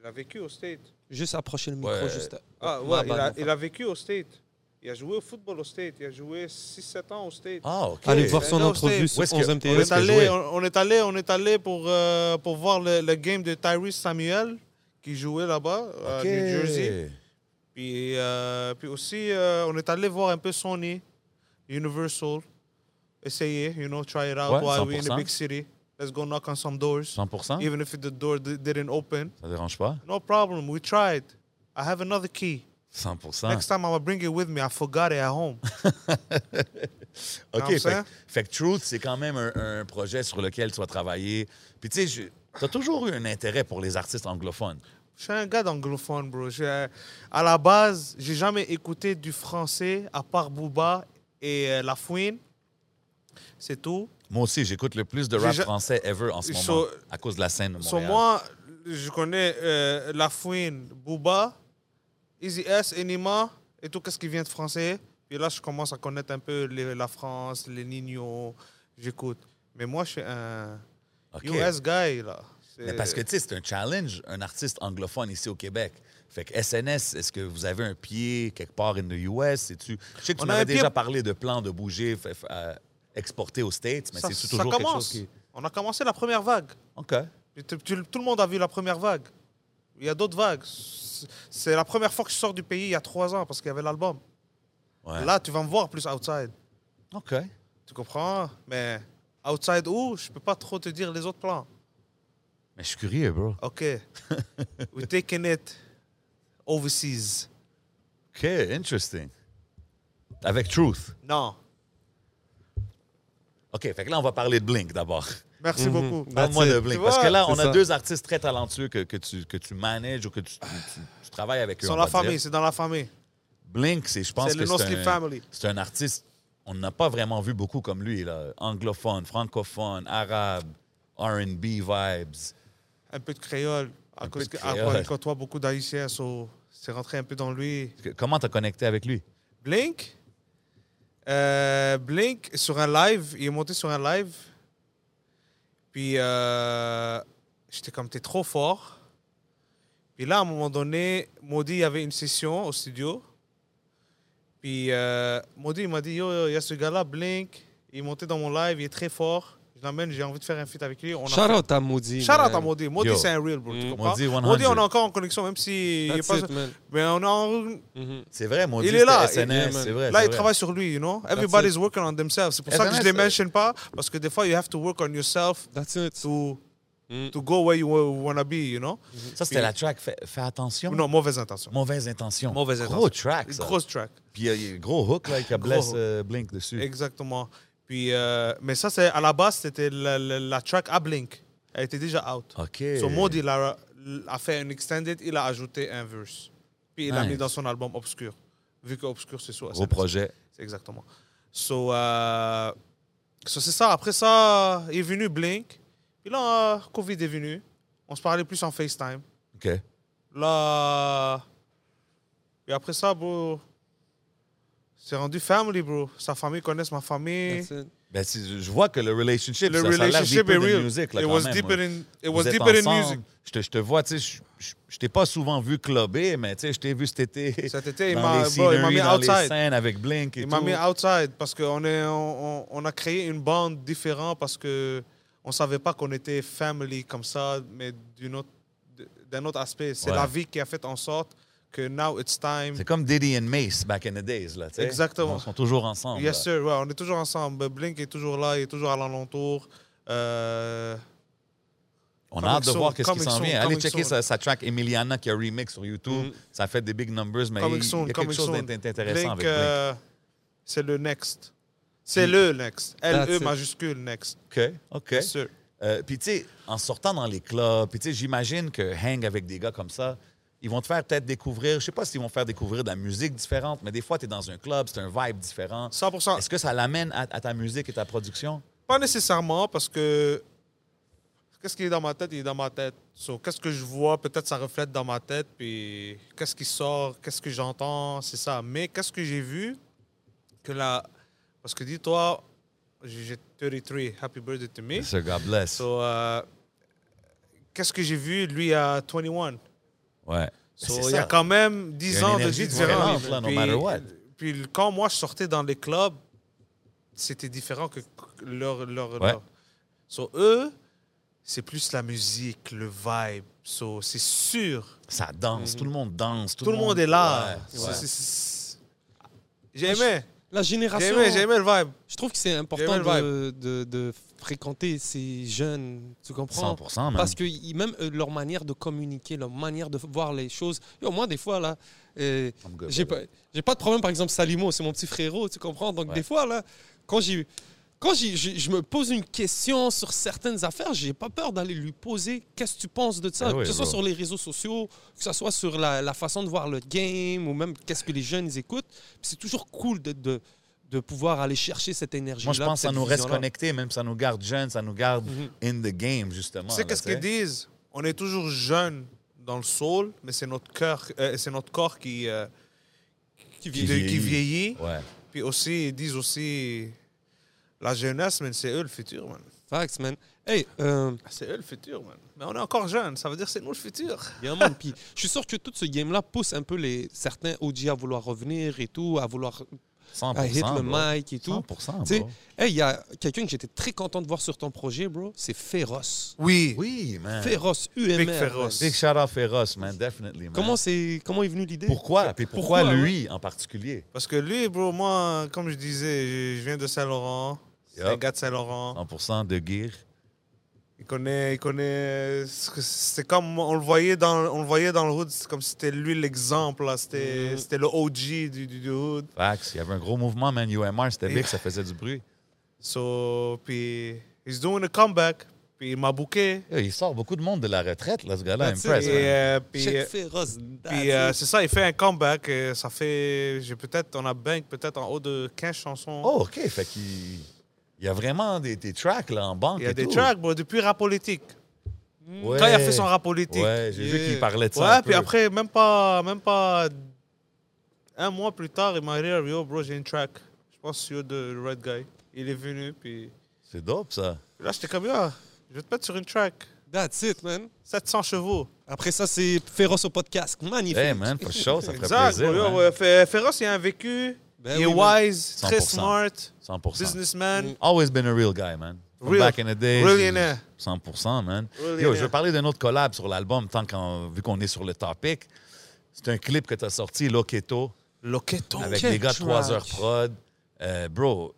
Il a vécu au State. Juste approcher le micro. Ouais. Juste... Ma Ah ouais, il bad, a, mon il a vécu au State. Il a joué au football au State. Il a joué 6-7 ans au State. Ah, OK. Allez voir Ben son là, c'est- entrevue Où sur est-ce que- 11 on, où MTS. est que jouer. allé, on, on est allé, on est allé pour, euh, pour voir le, le game de Tyrese Samuel qui jouait là-bas, à Euh, New Jersey. Puis, euh, puis aussi, euh, on est allé voir un peu Sony, Universal, essayer, you know, try it out Ouais, while we're in a 100%. big city. Let's go knock on some doors, 100%? even if the door di- didn't open. Ça dérange pas? No problem, we tried. I have another key. 100%. Next time I will bring it with me. I forgot it at home. OK, Comme fait, ça. fait que Truth, c'est quand même un, un projet sur lequel tu vas travailler. Puis tu sais, je- t'as toujours eu un intérêt pour les artistes anglophones. Je suis un gars d'anglophone, bro. Je- à la base, j'ai jamais écouté du français à part Booba et euh, La Fouine. C'est tout. Moi aussi, j'écoute le plus de rap J'ai ja- français ever en ce moment So- à cause de la scène de Sur Montréal. moi, je connais euh, La Fouine, Booba, Easy S, Enima et tout ce qui vient de français. Puis là, je commence à connaître un peu les- la France, les Nino. J'écoute. Mais moi, je suis un OK. US guy, là. Mais parce que, tu sais, c'est un challenge, un artiste anglophone ici au Québec. Fait que SNS, est-ce que vous avez un pied quelque part in the US? -tu... Je sais que tu On a m'avais un pied- déjà parlé de plans de bouger, fait- fait, euh, exporter aux States, mais ça, c'est ça toujours quelque commence. chose qui... On a commencé la première vague. OK. Et tu- tu- tout le monde a vu la première vague. Il y a d'autres vagues. C'est la première fois que je sors du pays il y a trois ans parce qu'il y avait l'album. Ouais. Là, tu vas me voir plus outside. OK. Tu comprends? Mais outside où? Je peux pas trop te dire les autres plans. Mais je suis curieux, bro. OK. We're taking it overseas. OK, interesting. Avec Truth. Non. OK, fait que là, on va parler de Blink d'abord. Merci beaucoup. Parle-moi it. de Blink. Mhm. Bah, Tu Parce vois, que là, on c'est a ça. deux artistes très talentueux que, que tu, que tu manages ou que tu, tu- tu- tu travailles avec eux. Ils sont on la va dire. famille, c'est dans la famille. Blink, c'est, je pense C'est que le No Sleep c'est un, Family. c'est un artiste, on n'a pas vraiment vu beaucoup comme lui. Là. Anglophone, francophone, arabe, R&B vibes. Un peu de créole. À Un peu cause de que- ah, créole. il côtoie beaucoup d'Haïtiens, so c'est rentré un peu dans lui. Que- Comment t'as connecté avec lui? Blink. Euh, Blink, sur un live, il est monté sur un live. Puis euh, j'étais comme, t'es trop fort. Puis là, à un moment donné, Maudit, il y avait une session au studio. Puis euh, Maudit, il m'a dit, yo, yo, il y a ce gars-là, Blink. Il est monté dans mon live, il est très fort. Je l'emmène, j'ai envie de faire un feat avec lui. On a Shout out à Moody. Shout out man. à Maudit. Maudit, Yo. c'est un real, bro. tu Mm. comprends? Maudit, 100. Maudit, on est encore en connexion, même si. il est That's pas- it, man. Mais on est en, Mhm. C'est vrai, mon Il est là, SNS, il est, man. c'est vrai. Là, c'est il vrai. travaille sur lui, you know. Everybody's working on themselves. C'est pour ça que je Internet, ne les c'est- mentionne pas, parce que des fois, you have to work on yourself That's it. to, Mm. to go where you want to be, you know. Ça, c'était la track Fais, fais attention. Non, mauvaise intention. Mauvaise intention. Mauvaise Gros intention. track, ça. Grosse track. Puis euh, il y a un gros hook là, qui a blessé hook. euh, Blink dessus. Exactement. Puis, euh, mais ça, c'est à la base, c'était la, la- la track à Blink. Elle était déjà out. OK. So, Maud, il a, a fait un extended, il a ajouté un verse. Puis, il l'a Nice. mis dans son album Obscur. Vu que Obscur, c'est soit. Gros projet. C'est Exactement. So, euh, so, c'est ça. Après ça, il est venu Blink. Puis là, euh, Covid est venu. On se parlait plus en FaceTime. OK. Là. Et après ça, bro. C'est rendu family, bro. Sa famille connaît ma famille. That's it. Ben, si- je vois que le relationship, Le ça, relationship ça a est l'air deeper than real. music, là, it quand was même, deeper ouais. in, it Vous was êtes deeper in ensemble. music. Je te, je te vois, tu sais, je- je, je t'ai pas souvent vu clubber, mais tu sais, je t'ai vu cet été. Cet été, il dans m'a- les bon, il m'a sceneries, mis dans les outside. scènes avec Blink et Il tout. m'a mis outside parce qu'on est, on, on- on a créé une bande différente parce que on savait pas qu'on était family comme ça, mais d'une autre, d'un autre aspect. C'est Ouais. la vie qui a fait en sorte que now it's time. C'est comme Diddy and Mace back in the days, là, tu sais. Exactement. Ils sont toujours ensemble. Yes là. sir, ouais, on est toujours ensemble. Blink est toujours là, il est toujours à l'alentour. Euh, On a hâte de Comme voir ils qu'est-ce qui sont, s'en comme ils vient. sont, Allez comme ils checker sont. sa, sa track Emiliana qui a remix sur YouTube. Mm. Ça fait des big numbers, mais il, comme ils il sont, y a comme quelque ils chose sont. d'int- intéressant Blink, avec Blink. euh, c'est le next. C'est le next. That's L-E it. majuscule next. OK, OK. Yes sir. Euh, puis, tu sais, en sortant dans les clubs, puis, tu sais, j'imagine que hang avec des gars comme ça, ils vont te faire peut-être découvrir, je sais pas s'ils vont faire découvrir de la musique différente, mais des fois, tu es dans un club, c'est un vibe différent. 100%. Est-ce que ça l'amène à, à ta musique et ta production? Pas nécessairement, parce que qu'est-ce qui est dans ma tête, il est dans ma tête. So, qu'est-ce que je vois, peut-être ça reflète dans ma tête, puis qu'est-ce qui sort, qu'est-ce que j'entends, c'est ça. Mais qu'est-ce que j'ai vu, que là, parce que dis-toi, j'ai j'ai 33, happy birthday to me. Sir, God bless. So, euh, qu'est-ce que j'ai vu, lui, à 21. Ouais. So, C'est il y ça. a quand même 10 Il y a une ans de énergie vie différente. différente, là, no matter what. puis quand moi je sortais dans les clubs, c'était différent que leur. leur, Ouais. leur. So, eux, c'est plus la musique, le vibe. So, c'est sûr. Ça danse, tout le monde danse. Tout, le monde est là. Ouais, So, ouais. c'est- c'est- J'aimais. La génération. J'aimais, j'aimais le vibe. Je trouve que c'est J'aimais important le de, de- de fréquenter ces jeunes, tu comprends 100%, man. Parce que ils- même euh, leur manière de communiquer, leur manière de voir les choses. Yo, moi, des fois, là, euh, I'm good, j'ai pas, brother. j'ai pas de problème. Par exemple, Salimo, c'est mon petit frérot, tu comprends Donc, Ouais. des fois, là, quand j'ai. Quand j'ai- j'ai- je me pose une question sur certaines affaires, j'ai pas peur d'aller lui poser qu'est-ce que tu penses de ça, Eh que oui, ce soit bro. sur les réseaux sociaux, que ce soit sur la, la façon de voir le game ou même qu'est-ce que les jeunes ils écoutent. Puis C'est toujours cool de, de, de pouvoir aller chercher cette énergie-là. Moi, je pense que ça cette nous reste vision-là. connectés, même ça nous garde jeunes, ça nous garde in the game, justement. Tu sais là, qu'est-ce qu'ils disent On est toujours jeune dans le soul, mais c'est notre cœur, euh, c'est notre corps qui, euh, qui, Qui de- qui vieillit. vieillit. Ouais. Puis aussi, ils disent aussi la jeunesse, mais c'est eux le futur, man. Facts, man. Hey, euh, C'est eux le futur, man. Mais on est encore jeune, ça veut dire que c'est nous le futur. Yeah, man. Puis, je suis sûr que tout ce game-là pousse un peu les, certains OG à vouloir revenir et tout, à vouloir 100%. à hit le Ah, bro. mic et tout. 100%, Tu sais, bro. hey, il y a quelqu'un que j'étais très content de voir sur ton projet, bro. C'est Féroce. Oui. Oui, man. Féroce, UMR. Big man. Féroce. Big shout out Féroce, man, definitely, man. Comment, c'est, comment est venue l'idée pourquoi? Puis pourquoi, Pourquoi, lui en particulier? Parce que lui, bro, moi, comme je disais, je- je viens de Saint-Laurent. C'est un Yup. gars de Saint-Laurent. 100% de gear. Il connaît, il connaît. ce que- C'est comme on le voyait dans, on le voyait dans le hood. C'est comme si c'était lui l'exemple. là. C'était, Mhm. c'était le OG du, du, du hood. Facts. Il y avait un gros mouvement, man. UMR, c'était Et- big, ça faisait du bruit. So, puis, he's doing a comeback. Puis, il m'a booké. Yo, il sort beaucoup de monde de la retraite, là, ce gars-là. That's it. Impress, Et, man. euh, puis, Check euh, Féroce. puis, euh, c'est ça, il fait un comeback. et ça fait, j'ai peut-être, on a bank peut-être en haut de 15 chansons. Oh, OK. Fait qu'il il y a vraiment des, des tracks là, en banque. il y a et des tout. tracks, bro, depuis rap politique. Ouais. Quand il a fait son rap politique. Ouais, j'ai vu Yeah. qu'il parlait de ça. Ouais, un puis peu. après, même pas, même pas un mois plus tard, il m'a dit Ah, Yo, bro, j'ai une track. Je pense sur de Red Guy. Il est venu, puis C'est dope, ça. là, j'étais comme Yo, je vais te mettre sur une track. That's it, man. 700 chevaux. Après ça, c'est Féroce au podcast. Magnifique. Hey, man, for sure, ça ferait Exact, plaisir. bro, yo, man. ouais, Fé- Féroce, il a un vécu. Ben il est oui, man. wise, très 100%. smart, 100%. businessman. Always been a real guy, man. From Real. back in the day. Millionaire. 100%, man. Yo, Millionaire. je vais parler d'un autre collab sur l'album, tant qu'on, vu qu'on est sur le topic. C'est un clip que tu as sorti, Loketo, Loqueto. avec Quel les gars de 3 track. heures prod. Euh, bro,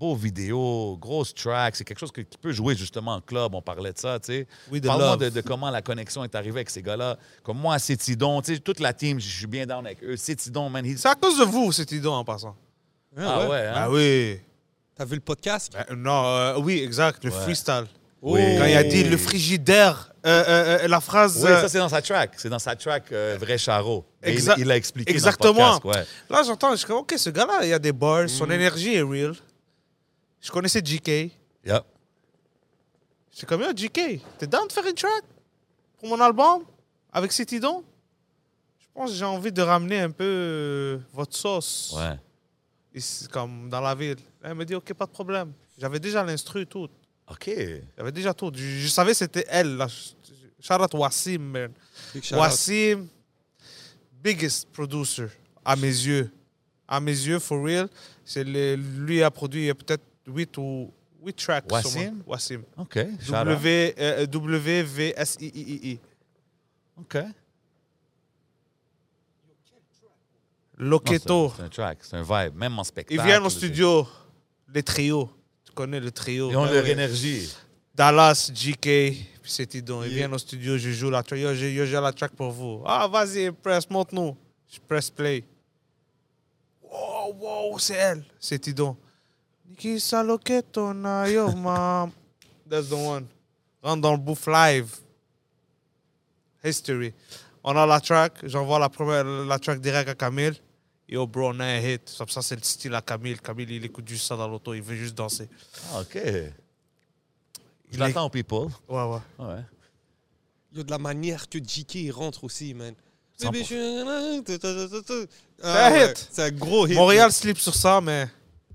beau vidéo, grosse track. C'est quelque chose que- qui peut jouer justement en club. On parlait de ça, tu sais. Oui, de Parle-moi love. de, de comment la connexion est arrivée avec ces gars-là. Comme moi, Cétidon, tu sais, toute la team, je suis bien down avec eux. Cétidon, man, he's... C'est à cause de vous, cet idole en passant. Ah ouais, hein? Ah oui. T'as vu le podcast Ben, non, euh, oui, exact, le Ouais. freestyle. Oui. Quand il a dit le frigidaire, euh, euh, euh, la phrase. Oui, euh, ça, c'est dans sa track. C'est dans sa track euh, Vrai Charo. Mais Exa- il, il a expliqué Exactement. dans le podcast. Ouais. Là, j'entends, je suis comme, OK, ce gars-là, il y a des bars, Mm. son énergie est real. Je connaissais JK. Yup. Je suis comme, yo, JK, t'es down de faire une track pour mon album avec Citidon? Je pense que j'ai envie de ramener un peu euh, votre sauce Ouais. ici, comme dans la ville. Elle me dit, OK, pas de problème. J'avais déjà l'instru et tout. OK. J'avais déjà tout. Je, je savais c'était elle. Là. Shout-out Wassim, man. Big shout-out. Wassim, biggest producer à mes yeux. À mes yeux, for real. C'est le- lui a produit euh, peut-être 8 ou 8 tracks. sur Wassim? moi. Wassim. OK. shout out. W, euh, W-V-S-I-I-I-I. OK. Non, c'est un- Loketo. C'est un track, c'est un vibe, même en spectacle. Ils viennent au c'est- studio. Les trios. Tu connais le trio. Ils ont Ben leur oui. énergie. Dallas, JK, puis c'est Tidon. Ils viennent au studio, je joue la track. Yo, j'ai yo, j'ai la track pour vous. Ah, vas-y, press, montre-nous. Je press play. Wow, wow, c'est elle. C'est Tidon. Niki Saloketo na yo, mom. That's the one. Rentre dans le bouffe live. History. On a la track. J'envoie la première, la track direct à Camille. Yo, bro, on a un hit. Comme ça, c'est le style à Camille. Camille, il écoute juste ça dans l'auto. Il veut juste danser. Ah, OK. Je l'attends au people. Ah Ouais, ouais. Ouais. Il y a de la manière que JK il rentre aussi, man. 100%. C'est un hit. Ah C'est un gros hit. Montréal sleep sur ça, mais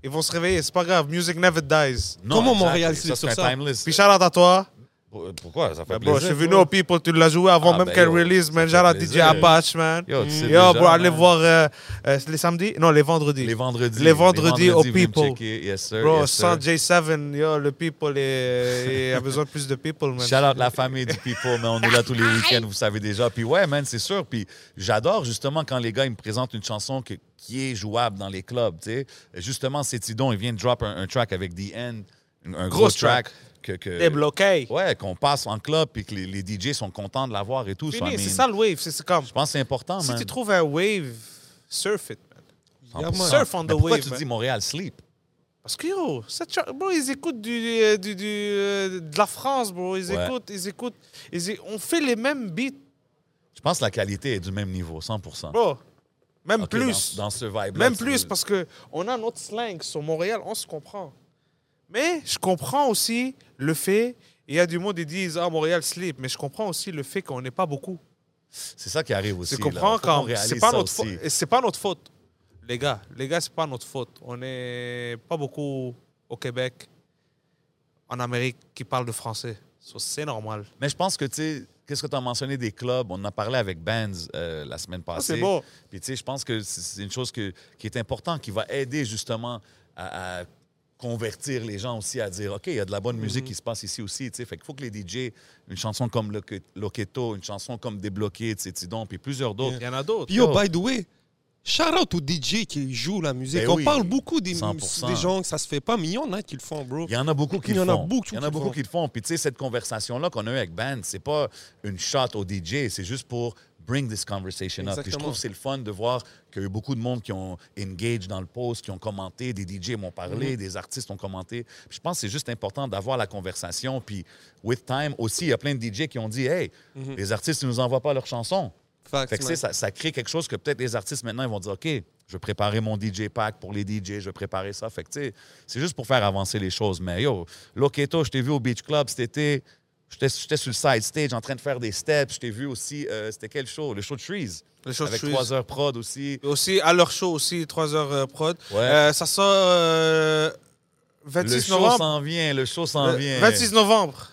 ils vont se réveiller, c'est pas grave. Music never dies. Non, Comment exact, Montréal ça, sleep sur c'est un ça? timeless. Puis shout out à toi. Pour- Pourquoi? Ça fait Bon, Ben, je plaisir. suis venu au People, tu l'as joué avant Ah, même ben, qu'elle yo, release, ça man. fait Genre à DJ plaisir. Apache, man. Yo, tu sais Yo, déjà, bro, allez man. voir euh, euh, c'est les samedis Non, les vendredis. Les vendredis. Les vendredis au venez me People. checker. Yes, sir. Bro, yes, sans sir. J7, yo, le People est- a besoin de plus de People, man. Shout out la famille du People, mais on est là tous les week-ends, vous savez déjà. Puis ouais, man, c'est sûr. Puis j'adore justement quand les gars ils me présentent une chanson que- qui est jouable dans les clubs. Tu sais, justement, c'est Tidon, il vient de drop un, un track avec The End, un, un gros, Grosse track. Que, que- Débloqué. Ouais, qu'on passe en club puis que les, les DJ sont contents de l'avoir et tout. so, I Fini, c'est mean, ça le wave. C'est c'est comme. Je pense que c'est important, Si man. tu trouves un wave, surf it, man. 100%. surf on the Mais pourquoi wave, tu man. dis Montréal sleep? Parce que yo, cette cha- bro, ils écoutent du, euh, du, du, euh, de la France, bro. Ils Ouais. écoutent, ils écoutent. ils é- on fait les mêmes beats, Je pense que la qualité est du même niveau, 100%. bro. Même Ok, plus. Dans, dans ce vibe même plus, parce qu'on a notre slang sur Montréal, on se comprend. Mais je comprends aussi le fait. Il y a du monde qui disent Ah, Montréal sleep. Mais je comprends aussi le fait qu'on n'est pas beaucoup. C'est ça qui arrive aussi. Tu là. comprends Faut qu'on quand c'est réalise pas ça notre faute. aussi. et C'est pas notre faute, les gars. Les gars, c'est pas notre faute. On n'est pas beaucoup au Québec, en Amérique, qui parlent de français. So, c'est normal. Mais je pense que, tu sais, qu'est-ce que tu as mentionné des clubs? On en a parlé avec Benz euh, la semaine passée. Ah, c'est bon. Puis, tu sais, je pense que c'est c'est une chose que- qui est importante, qui va aider justement à, à convertir les gens aussi à dire, OK, il y a de la bonne musique qui se passe ici aussi, tu sais. Fait qu'il faut que les DJ, une chanson comme Loque- Loqueto, une chanson comme Débloqué, tu sais, Tidon, puis plusieurs d'autres. Il y en a d'autres. Puis yo, by the way, shout out aux DJ qui jouent la musique. Ben On oui, parle beaucoup des, 100%. des gens que ça se fait pas, mais il y en a qui le font, bro. Il y en a beaucoup qui Il y le en a font. beaucoup Il y en a qui beaucoup font. qui le font. Puis tu sais, cette conversation-là qu'on a eue avec Ben, c'est pas une shot au DJ, c'est juste pour bring this conversation up. Puis je Exactement. trouve que c'est le fun de voir qu'il y a eu beaucoup de monde qui ont engaged dans le post, qui ont commenté, des DJ m'ont Mhm. parlé, des artistes ont commenté. Puis je pense que c'est juste important d'avoir la conversation. Puis with time aussi, il y a plein de DJ qui ont dit, hey, Mhm. les artistes ne nous envoient pas leurs chansons. Facts, Fait que, tu man. sais, ça, ça crée quelque chose que peut-être les artistes maintenant ils vont dire OK, je vais préparer mon DJ pack pour les DJ, je vais préparer ça. Fait que, tu sais, c'est juste pour faire avancer les choses. Mais yo, Loketo, je t'ai vu au Beach Club cet été. J'étais j'étais sur le side stage en train de faire des steps. Je t'ai vu aussi, euh, c'était quel show Le show de Trees. Le show de Avec Trees. 3 heures prod aussi. Aussi, à leur show, aussi, 3 heures euh, prod. Ouais. Euh, ça sort euh, Le 26 show novembre. s'en vient, le show s'en Euh, vient. 26 novembre.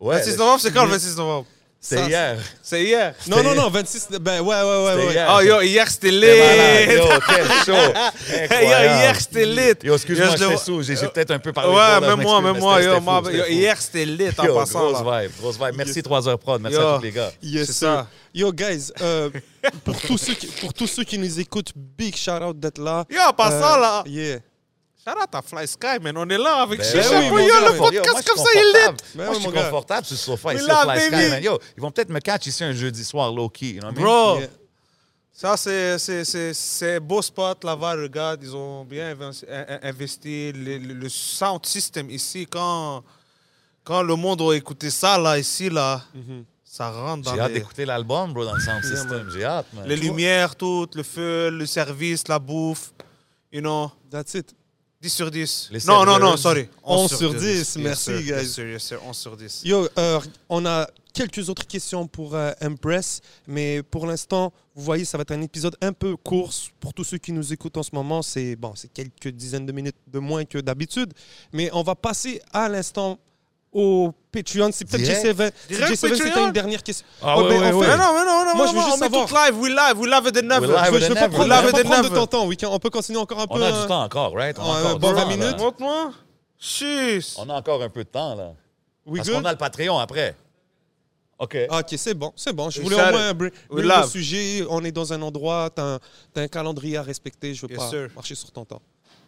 Ouais, 26 novembre, c'est quand le 26 novembre C'était Ça, hier. C'est hier. Non, non, non, 26. Ben ouais, ouais, C'était ouais. ouais. hier. Oh yo, hier c'était C'était lit. malade. Yo, quel show. Hey, yo, hier Incroyable. c'était lit. Yo, excuse-moi, Yo, je le j'étais vois- sous. J'ai j'ai peut-être un peu parlé. trop, là, Ouais, je même moi, m'excuse, même mais moi. c'était- Yo, c'était moi, fou, yo, c'était fou. hier c'était lit en Yo, passant. grosse là. vibe, grosse vibe. Merci 3 heures prod, merci Yo. à tous les gars. Yes, C'est sir. ça. Yo, guys, euh, pour, tous ceux qui, pour tous ceux qui nous écoutent, big shout out d'être là. Yo, en passant Euh, là. Yeah. Shout out à Fly Sky, man. On est là avec Ben Chicha. oui, Yo, mon gars, le mais- Yo, moi, podcast je suis comme ça, il est lit. confortable. Ben Moi, oui, je suis mon gars. confortable sur le sofa ici, là, au Fly Sky, baby. man. Yo, ils vont peut-être me catch ici un jeudi soir low-key. you know what I mean? Bro, Yeah. ça c'est- c'est- c'est c'est beau spot là-bas, regarde. Ils ont bien investi- in- in- investi. Le, le- le sound system ici, quand, quand le monde a écouté ça là, ici, là, ça rentre dans J'ai hâte les, d'écouter l'album, bro, dans le sound system. J'ai hâte, man. les lumières, tout, le feu, le service, la bouffe. You know. That's it. 10 sur 10. Les non, non, non, serveuses. sorry. 11 sur 10, Yes, merci, sir, guys. yes, sir, yes, sir, 11 sur 10. Yo, euh, on a quelques autres questions pour euh, Impress, mais pour l'instant, vous voyez, ça va être un épisode un peu court. Pour tous ceux qui nous écoutent en ce moment, c'est bon, c'est quelques dizaines de minutes de moins que d'habitude, mais on va passer à l'instant au Patreon. C'est peut-être Direct. J7. Si Direct J7, si Patreon? t'as une dernière question. Ah Oh, ben, ouais, ouais, en ouais. fait, Mais non, mais non, non, Moi, je veux non, juste on est savoir. tout live, we live, we live at the never. We live Je veux, je veux pas Never. prendre, Là, je veux mais pas des prendre de neuf. ton temps, Weekend. On peut continuer encore un peu. On a hein. du temps encore, right? On a Ouais, encore bon, du 20 temps, là. minutes. Montre-moi. Chut. On a encore un peu de temps, là. We Parce good? qu'on a le Patreon après. OK. Ah, Ok, c'est bon, c'est bon. Je Et voulais ça, au moins un bri- bring we le love. sujet. On est dans un endroit, t'as un, t'as un calendrier à respecter. Je veux Yes, pas sir. marcher sur ton temps.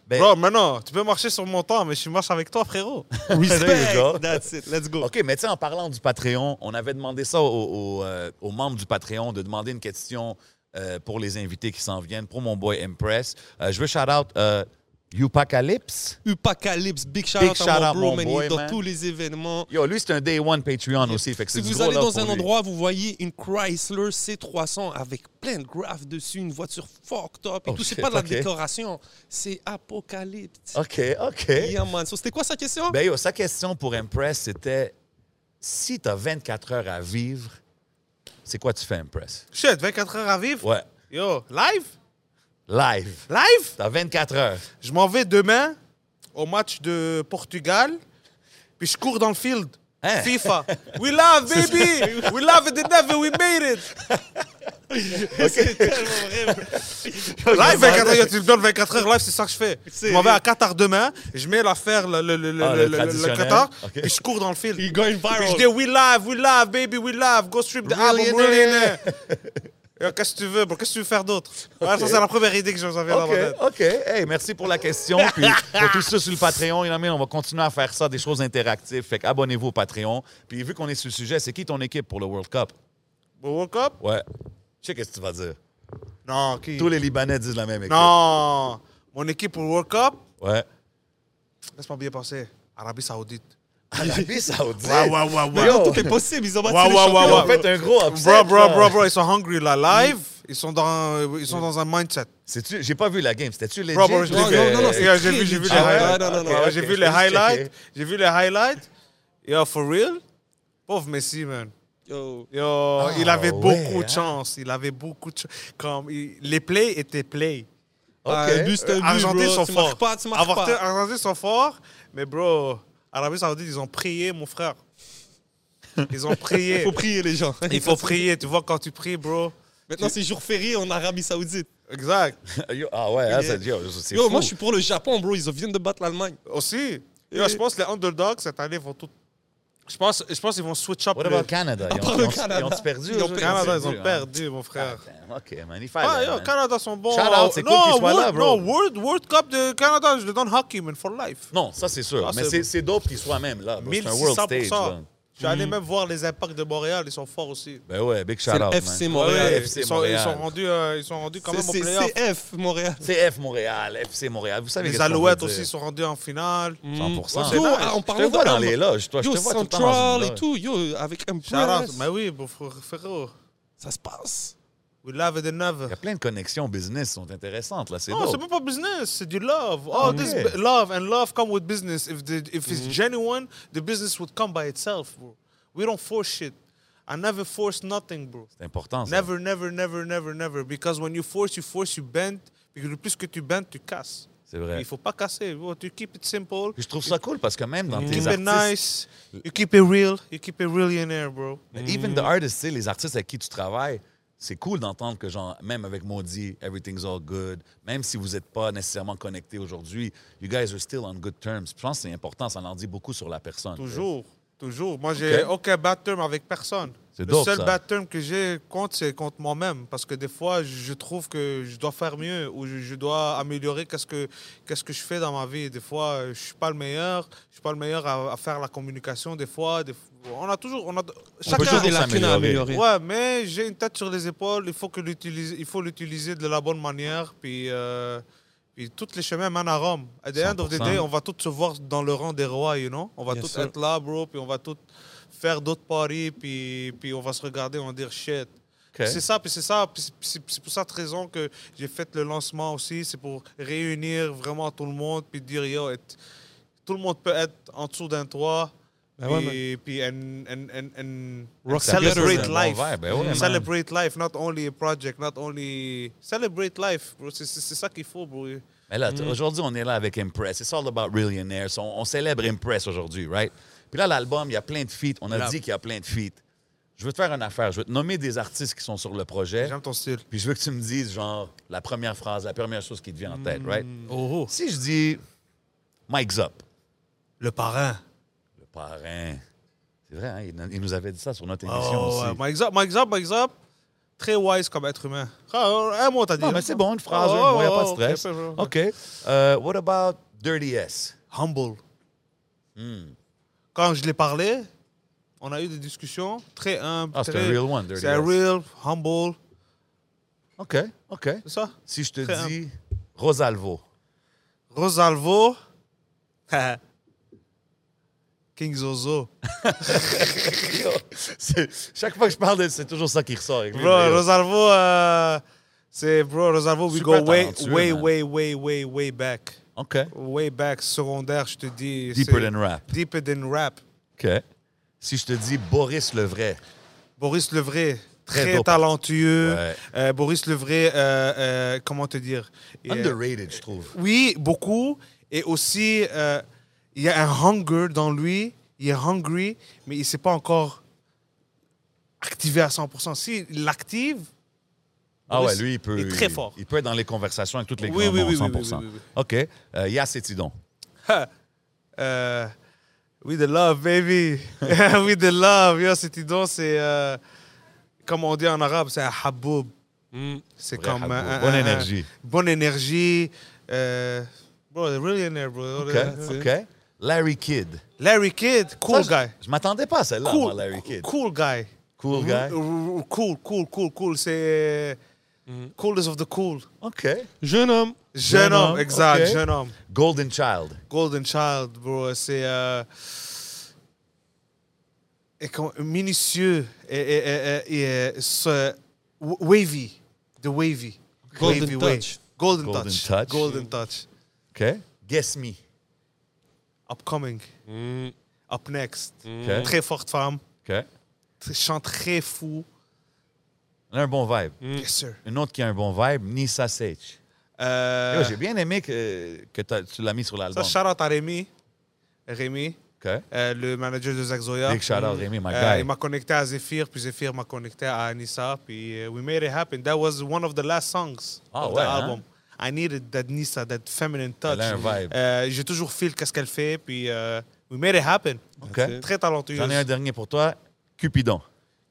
Ben, Bro, maintenant, tu peux marcher sur mon temps, mais je marche avec toi, frérot. There you go. That's it. Let's go. OK, mais tu sais, en parlant du Patreon, on avait demandé ça aux, aux, euh, aux membres du Patreon de demander une question euh, pour les invités qui s'en viennent, pour mon boy Impress. Euh, je veux shout-out euh, Upacalypse. Upacalypse, big shout Big out shout à out, mon bro, mon man. Il boy, est dans man. tous les événements. Yo, lui, c'est un Day One Patreon aussi, fait que c'est Si du vous gros allez love dans un pour lui. endroit, vous voyez une Chrysler C300 avec plein de graphes dessus, une voiture fucked up et Oh tout. C'est shit, pas de la ok. décoration, c'est apocalypse. OK, OK. Yeah, man. So, c'était quoi sa question? Ben yo, sa question pour Impress, c'était si t'as 24 heures à vivre, c'est quoi tu fais, Impress? Shit, 24 heures à vivre. Ouais, Yo, live? live. Live? T'as 24 heures. Je m'en vais demain au match de Portugal, puis je cours dans le field. FIFA. We love, baby! We love it, the never, we made it! Live 24 heures, tu me donnes 24 heures live, c'est ça que je fais. Je m'en vais à Qatar demain, je mets l'affaire, le, le, le, Ah, le, le le- le traditionnel. Qatar, Ok. et je cours dans le film. Il gagne Puis je viral. dis we live, we live, baby, we live, go stream the album, Millionaire. millionaire. Yo, Qu'est-ce que tu veux, bro? Qu'est-ce que tu veux faire d'autre? Voilà, ça, c'est la première idée que j'avais dans ma OK, tête. OK. Hey, merci pour la question. Puis pour tout ça sur le Patreon, you know what I mean, on va continuer à faire ça, des choses interactives. Fait que abonnez-vous au Patreon. Puis vu qu'on est sur le sujet, c'est qui ton équipe pour le World Cup? Bon, woke up? Ouais. Je sais qu'est-ce que tu vas dire. Non, qui? Tous les Libanais disent la même équipe. Non! Mon équipe pour World Cup, Ouais. laisse-moi bien penser. Arabie Saoudite. Arabie Saoudite. Ouais, ouais, ouais, ouais. Mais yo, tout est possible. Ils ont battu Ouais, les ouais, champions. ouais, Ils ont ouais. fait un gros upset. Bro, bro, là. bro, bro, ils sont hungry là, live. Ils sont dans, ils sont dans un mindset. C'est-tu- J'ai pas vu la game. C'était-tu legit? Bro, bro, je ou l'ai Non, vu. c'est- non, non, c'est Yeah, j'ai très vu, j'ai vu legit. les Ah ouais? highlights. Non, non, non, Ok, Ouais, ok, J'ai je vu vais les juste checker. highlights. J'ai vu les highlights. Yo, for real? Pauvre Messi, man. Yo. Yo, Ah, il avait ouais, beaucoup hein. de chance. Il avait beaucoup de chance. Comme, il- les plays étaient plays. Ah, Ok. Un but, c'est un but, Argentins bro. sont Tu forts. marques pas, tu marques Argentins- pas. Argentins sont forts, mais bro, Arabie Saoudite, ils ont prié, mon frère. Ils ont prié. Il faut prier les gens. Il faut prier. Tu vois, quand tu pries, bro. Maintenant, c'est jour férié en Arabie Saoudite. Exact. Yo, ah ouais, hein, ça- yo, c'est Yo, fou. moi, je suis pour le Japon, bro. Ils viennent de battre l'Allemagne. Aussi. Yo, je pense que les underdogs, cette année, vont tout. Je pense, je pense qu'ils vont switch up. What le- about Canada? Ils part ont, le ils ont- Canada. ils ont perdu. Ils ont eux, Le perdu. Canada, ils hein. ont perdu, mon frère. Damn, OK, man. Il fallait, Ah, yo, man. Canada sont bons. Shout out, c'est cool qu'ils Non, soient là, World- bro. Non, World, World Cup de Canada, je le donne hockey, man, for life. Non, ça, c'est sûr. Ah, mais c'est c'est- bon. c'est dope qu'ils soient même là. bro. C'est un world 1600 stage. là. Je suis Mm-hmm. allé même voir les impacts de Montréal, ils sont forts aussi. Ben ouais, big shout C'est out, le man. FC Montréal. Ouais, Ouais, FC Ah ils, sont, ils, Montréal. sont rendus, euh, ils sont rendus quand C'est même au c'est playoff. CF, Montréal. CF Montréal, FC Montréal. Vous savez Les qu'est-ce qu'on Alouettes veut dire. aussi sont rendus en finale. Mm. 100%. Yo, Nice. ah, on Je parlait te vois de- dans les loges, toi. Je Yo, te vois tout le temps dans Central une et loge. tout. Yo, avec un Shout out. press. Mais oui, bon, fr- frérot. Ça se passe. We love the never. Il y a plein de connexions business qui sont intéressantes, là. C'est Non, c'est dope. même pas business, c'est du love. All Ok. this b- love and love come with business. If, the, if it's genuine, the business would come by itself, bro. We don't force shit. I never force nothing, bro. C'est important, ça. Never, never, never, never, never. Because when you force, you force, you bend. Because le plus que tu bends, tu casses. C'est vrai. Il faut pas casser. bro. Tu keep it simple. Puis Je trouve ça cool parce que même dans You tes Mm. keep it artistes, nice. You keep it real. You keep it real in there, bro. Mais Even the artists, tu sais, les artistes avec qui tu travailles, c'est cool d'entendre que, genre, même avec Maudit, everything's all good. Même si vous n'êtes pas nécessairement connectés aujourd'hui, you guys are still on good terms. Je pense que c'est important, ça en dit beaucoup sur la personne. Toujours. Toujours. Moi, j'ai aucun bad term avec personne. C'est Le dope, seul ça. bad term que j'ai contre, c'est contre moi-même. Parce que des fois, je trouve que je dois faire mieux ou je, je dois améliorer qu'est-ce que, qu'est-ce que je fais dans ma vie. Des fois, je ne suis pas le meilleur. Je suis pas le meilleur à, à faire la communication. Des fois, des fois- on a toujours. On a, peut Chacun a toujours des lacunes à s'améliorer. améliorer. Ouais, mais j'ai une tête sur les épaules. Il faut que l'utiliser, il faut l'utiliser de la bonne manière. Puis, euh, puis tous les chemins mènent à Rome. À the end of the 100%. day, on va tous se voir dans le rang des rois, you know. On va Bien tous sûr. être là, bro. Puis on va tous faire d'autres paris. Puis, puis on va se regarder, on va dire shit. OK. C'est ça, puis c'est ça, puis c'est- puis c'est c'est pour cette raison que j'ai fait le lancement aussi. C'est pour réunir vraiment tout le monde, puis dire yo, et- tout le monde peut être en dessous d'un toit. Ben ouais, Puis, puis and- and- and- and Rock celebrate together, man. life. Ouais, ben ouais, man. celebrate life, not only a project, not only celebrate life, bro. C'est c'est- c'est ça qu'il faut, bro. Mais là, t- aujourd'hui, on est là avec Impress. It's all about Millionaires. On, on célèbre Impress aujourd'hui, right? Puis là, l'album, il y a plein de feats. On a dit qu'il y a plein de feats. Je veux te faire une affaire. Je veux te nommer des artistes qui sont sur le projet. J'aime ton style. Puis je veux que tu me dises, genre, la première phrase, la première chose qui te vient en tête, right? Oh, Si je dis Mike's up, le parrain. le parrain. C'est vrai, hein? il, il nous avait dit ça sur notre émission Oh, aussi. ouais. Mike Zop, Mike Zop, Mike Zop, très wise comme être humain. Ah, un mot, t'as dit. non, mais c'est bon, une phrase, Oh, un mot, il n'y a oh, pas ok, de stress. ok, ok. OK. Euh, what about Dirty S? Humble. Hmm. Quand je l'ai parlé, on a eu des discussions très humbles. Ah, c'est très- un real one, Dirty C'est un S. real, humble, OK, OK. c'est ça. Si je te Très dis Rosalvo, Rosalvo. King Zozo. C'est- chaque fois que je parle, de- c'est toujours ça qui ressort. avec lui, mais, Bro, euh, Rosalvo, euh, c'est bro, Rosalvo, we Super go way, talentueux, way, man. way, way, way, way back. OK. Way back, secondaire, je te dis. Deeper c'est- than rap. Deeper than rap. OK. Si je te dis Boris Levray, Boris Levray, Très très, dope. talentueux. Ouais. Euh, Boris Levray, euh, euh, comment te dire Et, euh, underrated, je trouve. Oui, beaucoup. Et aussi, euh, il y a un hunger dans lui. Il il est hungry, mais il ne s'est pas encore activé à 100%. S'il l'active, Ah ouais, Boris lui, il peut. est très il- fort. Il, peut être dans les conversations avec toutes les Oui, grands oui, noms, oui, oui, 100%. oui, oui, oui, oui. OK. Euh, Yacétidon. euh, We the love, baby. We the love. Yo, c'est Tidon, c'est. euh, comme on dit en arabe, c'est un haboub. C'est Vrai comme. Habbo. un- un- Bonne un- énergie. Bonne énergie. euh, bro, they're really in there, bro. OK. OK. Larry Kidd. Larry Kidd, cool Ça, je- guy. Je m'attendais pas à celle-là, Cool, moi, Larry Kidd. cool Mm-hmm. guy. Cool R- guy. r- Cool, cool, cool, cool. C'est. Hmm. Coolest of the cool. OK. Jeune homme. Jeune homme, homme, exact, ok. jeune homme. Golden Child. Golden Child, bro, c'est. euh, et com- minutieux et, et, et- et- et, euh, ce- w- wavy. The wavy. Golden Wavy touch. wave. Golden, Golden touch. touch. Golden touch. OK. Guess Me. Upcoming. Hmm. Up next. OK. Très forte femme. OK. tr- Chant très fou. Elle a un bon vibe. Yes, sir. Une autre qui a un bon vibe, Nissa Sage. Euh, Hmm. Yo, J'ai bien aimé que, que t'as- tu l'as mis sur ça, l'album. shout out à Rémi. Rémi, OK. euh, le manager de Zach Zoya. Big shout out, Rémi, my Euh, guy. il m'a connecté à Zephyr, puis Zephyr m'a connecté à Anissa, puis euh, we made it happen. That was one of the last songs Ah of ouais, the hein? album. I needed that Nissa, that feminine touch. Elle a un vibe. Euh, J'ai toujours feel qu'est-ce qu'elle fait, puis euh, we made it happen. OK. That's it. Très talentueuse. J'en ai un dernier pour toi, Cupidon.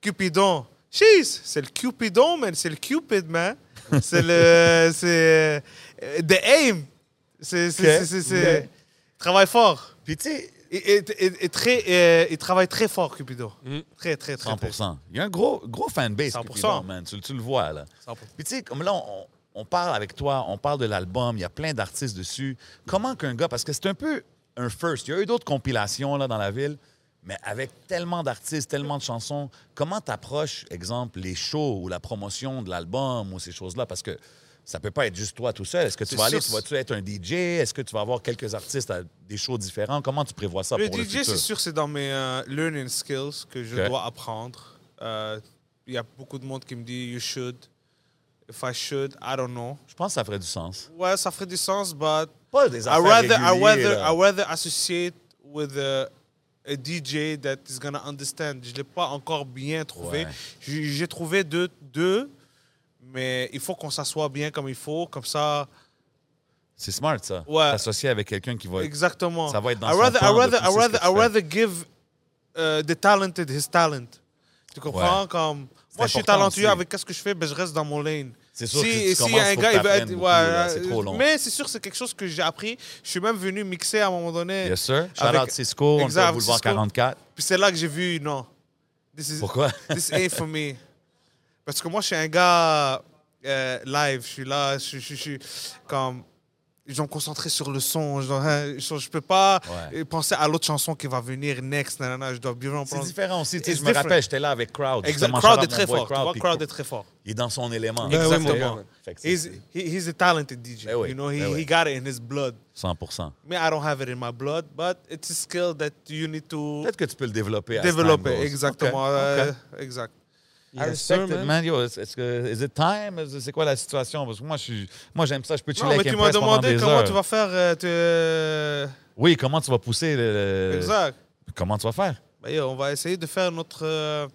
Cupidon. Jeez, c'est le Cupidon, man. C'est le Cupid, man. C'est le... C'est... euh, The aim. C'est... c'est- Ok. c'est- c'est- c'est- Travaille fort. Puis tu sais, Et, et- et- et très, euh, il travaille très fort, Cupidon. Mhm. Très, très, très, très. 100 Il y a un gros, gros fanbase 100%. Cupidon, man. Tu, tu le vois, là. 100%. Puis tu sais, comme là, on, on parle avec toi, on parle de l'album, il y a plein d'artistes dessus. Comment qu'un gars, parce que c'est un peu un first. Il y a eu d'autres compilations, là, dans la ville, mais avec tellement d'artistes, tellement de chansons, comment t'approches, exemple, les shows ou la promotion de l'album ou ces choses-là? Parce que ça peut pas être juste toi tout seul. Est-ce que tu C'est vas aller, sûr, tu vas-tu être un DJ? Est-ce que tu vas avoir quelques artistes à des shows différents? Comment tu prévois ça Le pour le DJ, futur? c'est sûr, c'est dans mes euh, learning skills que je Ok. dois apprendre. Euh, Il y a beaucoup de monde qui me dit You should. If I should, I don't know. Je pense que ça ferait du sens. Ouais, ça ferait du sens, but Pas des I affaires rather, I réguliers, rather, là. I rather associate with a, a DJ that is gonna understand. Je l'ai pas encore bien trouvé. Ouais. J'ai j'ai trouvé deux, deux, mais il faut qu'on s'assoie bien comme il faut, comme ça. C'est smart, ça. Ouais. S'associer avec quelqu'un qui va être... Exactement. Ça va être dans I son rather, temps I de rather, pousser I ce rather, que tu I fais. rather give euh, the talented his talent. Tu comprends Ouais. comme moi je suis important talentueux aussi. avec qu'est-ce que je fais, ben je reste dans mon lane. C'est sûr si, que si tu si commences, un faut gars que il veut être, t'apprennes ouais, beaucoup, là, c'est trop long. mais c'est sûr c'est quelque chose que j'ai appris. Je suis même venu mixer à un moment donné. Yes, sir. Shout Avec- out Cisco, on Exact, peut boulevard Cisco. 44. Puis c'est là que j'ai vu non. This is, Pourquoi? This ain't for me. Parce que moi je suis un gars euh, live, je suis là, je suis- je suis- je suis comme ils ont concentré sur le son. Je, ne peux pas Ouais. euh, penser à l'autre chanson qui va venir next. Nanana, je dois bien en C'est prendre. différent aussi. tu sais, It's je me different. rappelle, j'étais là avec Crowd. Exact. justement, shout Crowd est out mon très boy fort. Tu vois, puis crowd est très fort. Il est dans son élément. Ben oui, mon gars. Fait que c'est- He's, he- he's a talented DJ. Eh oui, You know, he, eh oui. he got it in his blood. 100 Me, I don't have it in my blood, but it's a skill that you need to Peut-être que tu peux le développer. as time développer. goes. Exactement. OK, euh, OK. exact. I respect it, man. Yo, est-ce est-ce que... Is it time? Is- C'est quoi la situation? Parce que moi, je suis- moi j'aime ça. Je peux chiller Non, mais avec tu m'as Impress pendant demandé des comment heures. tu vas faire. euh, te- Oui, comment tu vas pousser le... Exact. Comment tu vas faire? Ben, yo, on va essayer de faire notre, euh,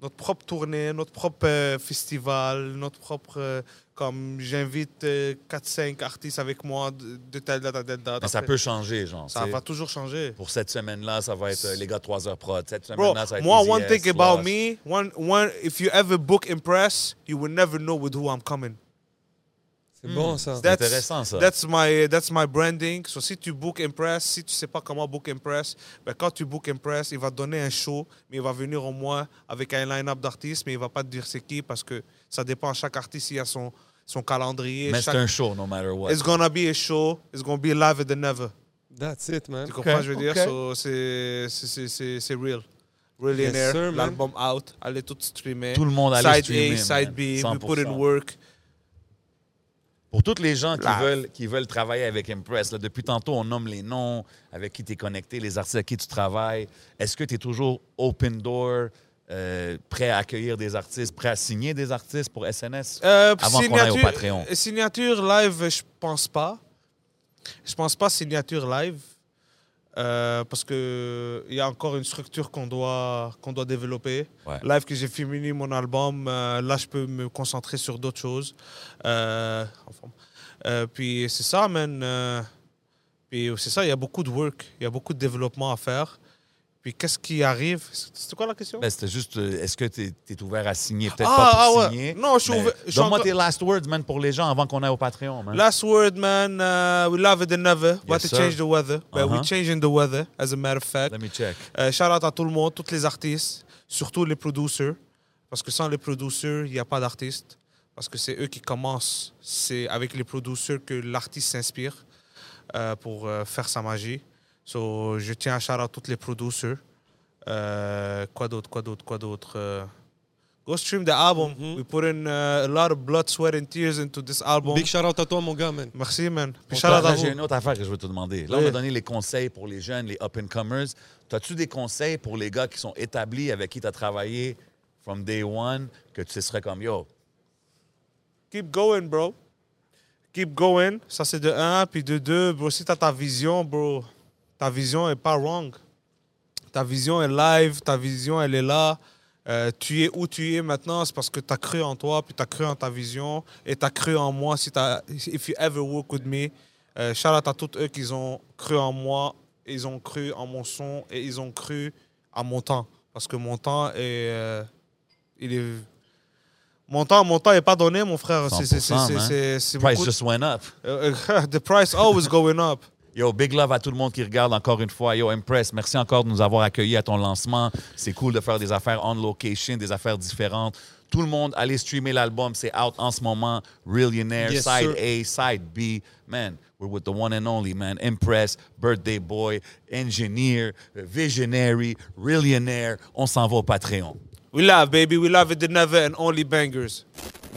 notre propre tournée, notre propre euh, festival, notre propre. euh, comme j'invite 4-5 artistes avec moi de, de telle date à telle date. Mais ça Après, peut changer, genre. ça tu sais. va toujours changer. Pour cette semaine-là, ça va être euh, les gars 3 heures prod. Cette Bro, semaine-là, ça va être moi, Easy hein, one S, thing about Lost. me, one, one, if you ever book Impress, you will never know with who I'm coming. C'est bon ça. That's- intéressant, ça. That's my, that's my branding. So, si tu book Impress, si tu sais pas comment book Impress, ben, quand tu book Impress, il va te donner un show, mais il va venir au moins avec un line-up d'artistes, mais il va pas te dire c'est qui parce que ça dépend. Chaque artiste, il y a son, son calendrier. Mais chaque- c'est un show, no matter what. It's gonna be a show. It's gonna be live than never. That's it, man. Tu comprends Ok, je veux dire? ok. So, c'est- c'est- c'est c'est- c'est real. Real in Yes, air. sir, man. L'album out. Allez tout streamer. Tout le monde allez side streamer, A, man. side B. We put 100%. in work. Pour toutes les gens qui Live. veulent, qui veulent travailler avec Impress, là, depuis tantôt, on nomme les noms, avec qui tu es connecté, les artistes avec qui tu travailles. Est-ce que tu es toujours open door, euh, prêt à accueillir des artistes, prêt à signer des artistes pour SNS? Euh, Avant qu'on aille au Patreon. euh, Signature live, je pense pas. Je pense pas signature live. euh, parce qu'il y a encore une structure qu'on doit, qu'on doit développer. Ouais. Live que j'ai fini mon album, euh, là je peux me concentrer sur d'autres choses. Euh, en forme. Euh, puis c'est ça, man. euh, puis c'est ça, il y a beaucoup de work, il y a beaucoup de développement à faire. Puis qu'est-ce qui arrive C'est c'était quoi la question Ben, c'était juste, euh, est-ce que tu es, ouvert à signer? Peut-être Ah, pas pour ah ouais. signer. Non, je suis mais ouvert- je suis Donne-moi encore- tes last words, man, pour les gens avant qu'on aille au Patreon, man. Last word, man. uh, we love it and never. We have to sir. change the weather. But Uh-huh. we're changing the weather, as a matter of fact. Let me check. Euh, shout out à tout le monde, tous les artistes, surtout les producers. Parce que sans les producers, il n'y a pas d'artistes. Parce que c'est eux qui commencent. C'est avec les producers que l'artiste s'inspire euh, pour euh, faire sa magie. So, je tiens à shout out tous les producers. Euh, quoi d'autre, quoi d'autre, quoi d'autre euh, Go stream the album. Mm-hmm. We put in uh, a lot of blood, sweat and tears into this album. Big shout out à toi, mon gars, man. Merci, man. Puis shout Là, out à là, vous. j'ai une autre affaire que je veux te demander. Là, on Oui. va donner les conseils pour les jeunes, les up-and-comers. As-tu des conseils pour les gars qui sont établis, avec qui tu as travaillé from day one, que tu serais comme, yo, keep going, bro. Keep going. Ça, c'est de 1. Puis de 2, bro, si t'as ta vision, bro, ta vision est pas wrong. Ta vision est live, ta vision, elle est là. Euh, tu es où tu es maintenant, c'est parce que t'as cru en toi, puis t'as cru en ta vision, et t'as cru en moi. Si t'as, if you ever work with me, euh, shout out à tous eux qui ont cru en moi, ils ont cru en mon son, et ils ont cru à mon temps. Parce que mon temps est. euh, il est mon temps, mon temps n'est pas donné, mon frère. C'est, c'est, c'est, 100%, c'est, man. c'est, c'est hein? price beaucoup de- just went up. Euh, euh, the price always going up. Yo, big love à tout le monde qui regarde encore une fois. Yo, Impress, merci encore de nous avoir accueillis à ton lancement. C'est cool de faire des affaires on location, des affaires différentes. Tout le monde, allez streamer l'album. C'est out en ce moment. Millionaire, Yes, Side A, Side B. Man, we're with the one and only, man. Impress, Birthday Boy, Engineer, Visionary, Millionaire. On s'en va au Patreon. We love, baby. We love it the never and only bangers.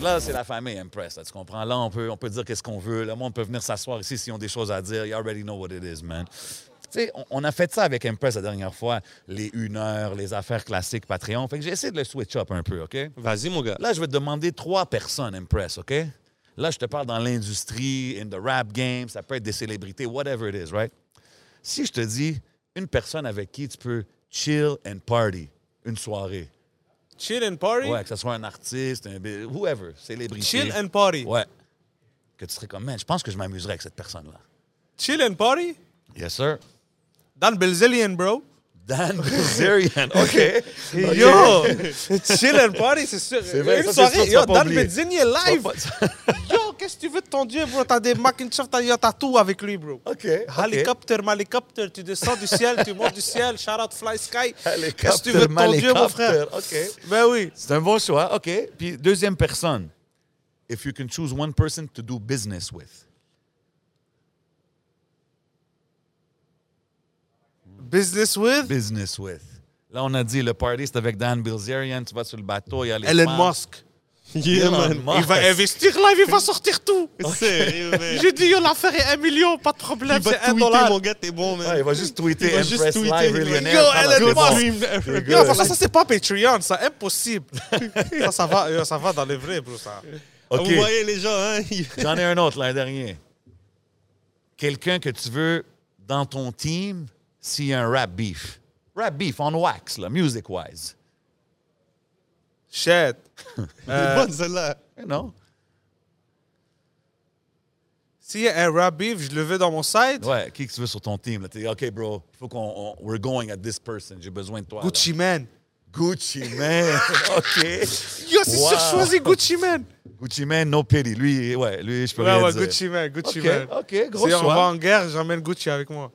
Là, c'est la famille Impress, là, tu comprends? Là, on peut, on peut dire qu'est-ce qu'on veut. Le monde peut venir s'asseoir ici s'ils ont des choses à dire. You already know what it is, man. Tu sais, on, on a fait ça avec Impress la dernière fois, les 1 heure, les affaires classiques Patreon. Fait que j'ai essayé de le switch up un peu, OK? Vas-y, mon gars. Là, je vais te demander trois personnes Impress, OK? Là, je te parle dans l'industrie, in the rap game, ça peut être des célébrités, whatever it is, right? Si je te dis une personne avec qui tu peux chill and party une soirée, Chill and party. ouais, que ce soit un artiste, un bi- whoever, célébrité. Chill and party. Ouais. Que tu serais comme, man, je pense que je m'amuserais avec cette personne-là. Chill and party. Yes, sir. Dan Belzilian, bro. Dan Bilzerian. OK. Yo, chill and party, c'est sûr. C'est vrai, Une ça, c'est sûr, tu vas soirée, yo, pas Dan oublier. Belzilian live. Yo, qu'est-ce que tu veux de ton dieu, bro? T'as des mac and cheese, t'as yo, t'as tout avec lui, bro. OK, OK. Helicopter, malicopter, tu descends du ciel, tu montes du ciel. Shout out Fly Sky. Qu'est-ce que tu Hélicoptère, veux de ton dieu, mon frère? malécoptère. OK. Ben oui. C'est un bon choix. OK. Puis, deuxième personne. If you can choose one person to do business with. Business with Business with. Là, on a dit, le party, c'est avec Dan Bilzerian. Tu vas sur le bateau, il y a les Elon femmes. Musk. Yeah, man. Musk. Il va investir live, il va sortir tout. Sérieux, man. J'ai dit, yo, l'affaire est 1 million, pas de problème, Il va c'est 1 tweeter, dollar. mon gars, t'es bon, man. Ouais, il va juste tweeter Il va Impress juste tweeter, Live il va- Millionaire. Yo, Ah, là, Elon c'est bon. Musk. C'est Yo, good. franchement, ça, c'est pas Patreon, ça, impossible. ça, ça va, yo, ça va dans les vrais, bro, ça. Vous OK. voyez les gens, hein? ils- J'en ai un autre l'an dernier. Quelqu'un que tu veux dans ton team s'il y a un rap beef. Rap beef on wax, là, music-wise. Shit. Euh, Elle Euh, est bonne, celle-là. You know? S'il y a un rap beef, je le veux dans mon side. Ouais, qui que tu veux sur ton team? Là? T'es, OK, bro, il faut qu'on... on- we're going at this person. J'ai besoin de toi. là. Gucci Man. Gucci, man. OK. Yo, c'est Wow. sûr, choisis Gucci Man. Gucci, man, no pity. Lui, ouais, lui, je peux Ouais, rien ouais, dire. Gucci Man, Gucci OK, Man. OK, gros si on va choix. en guerre, j'emmène Gucci avec moi.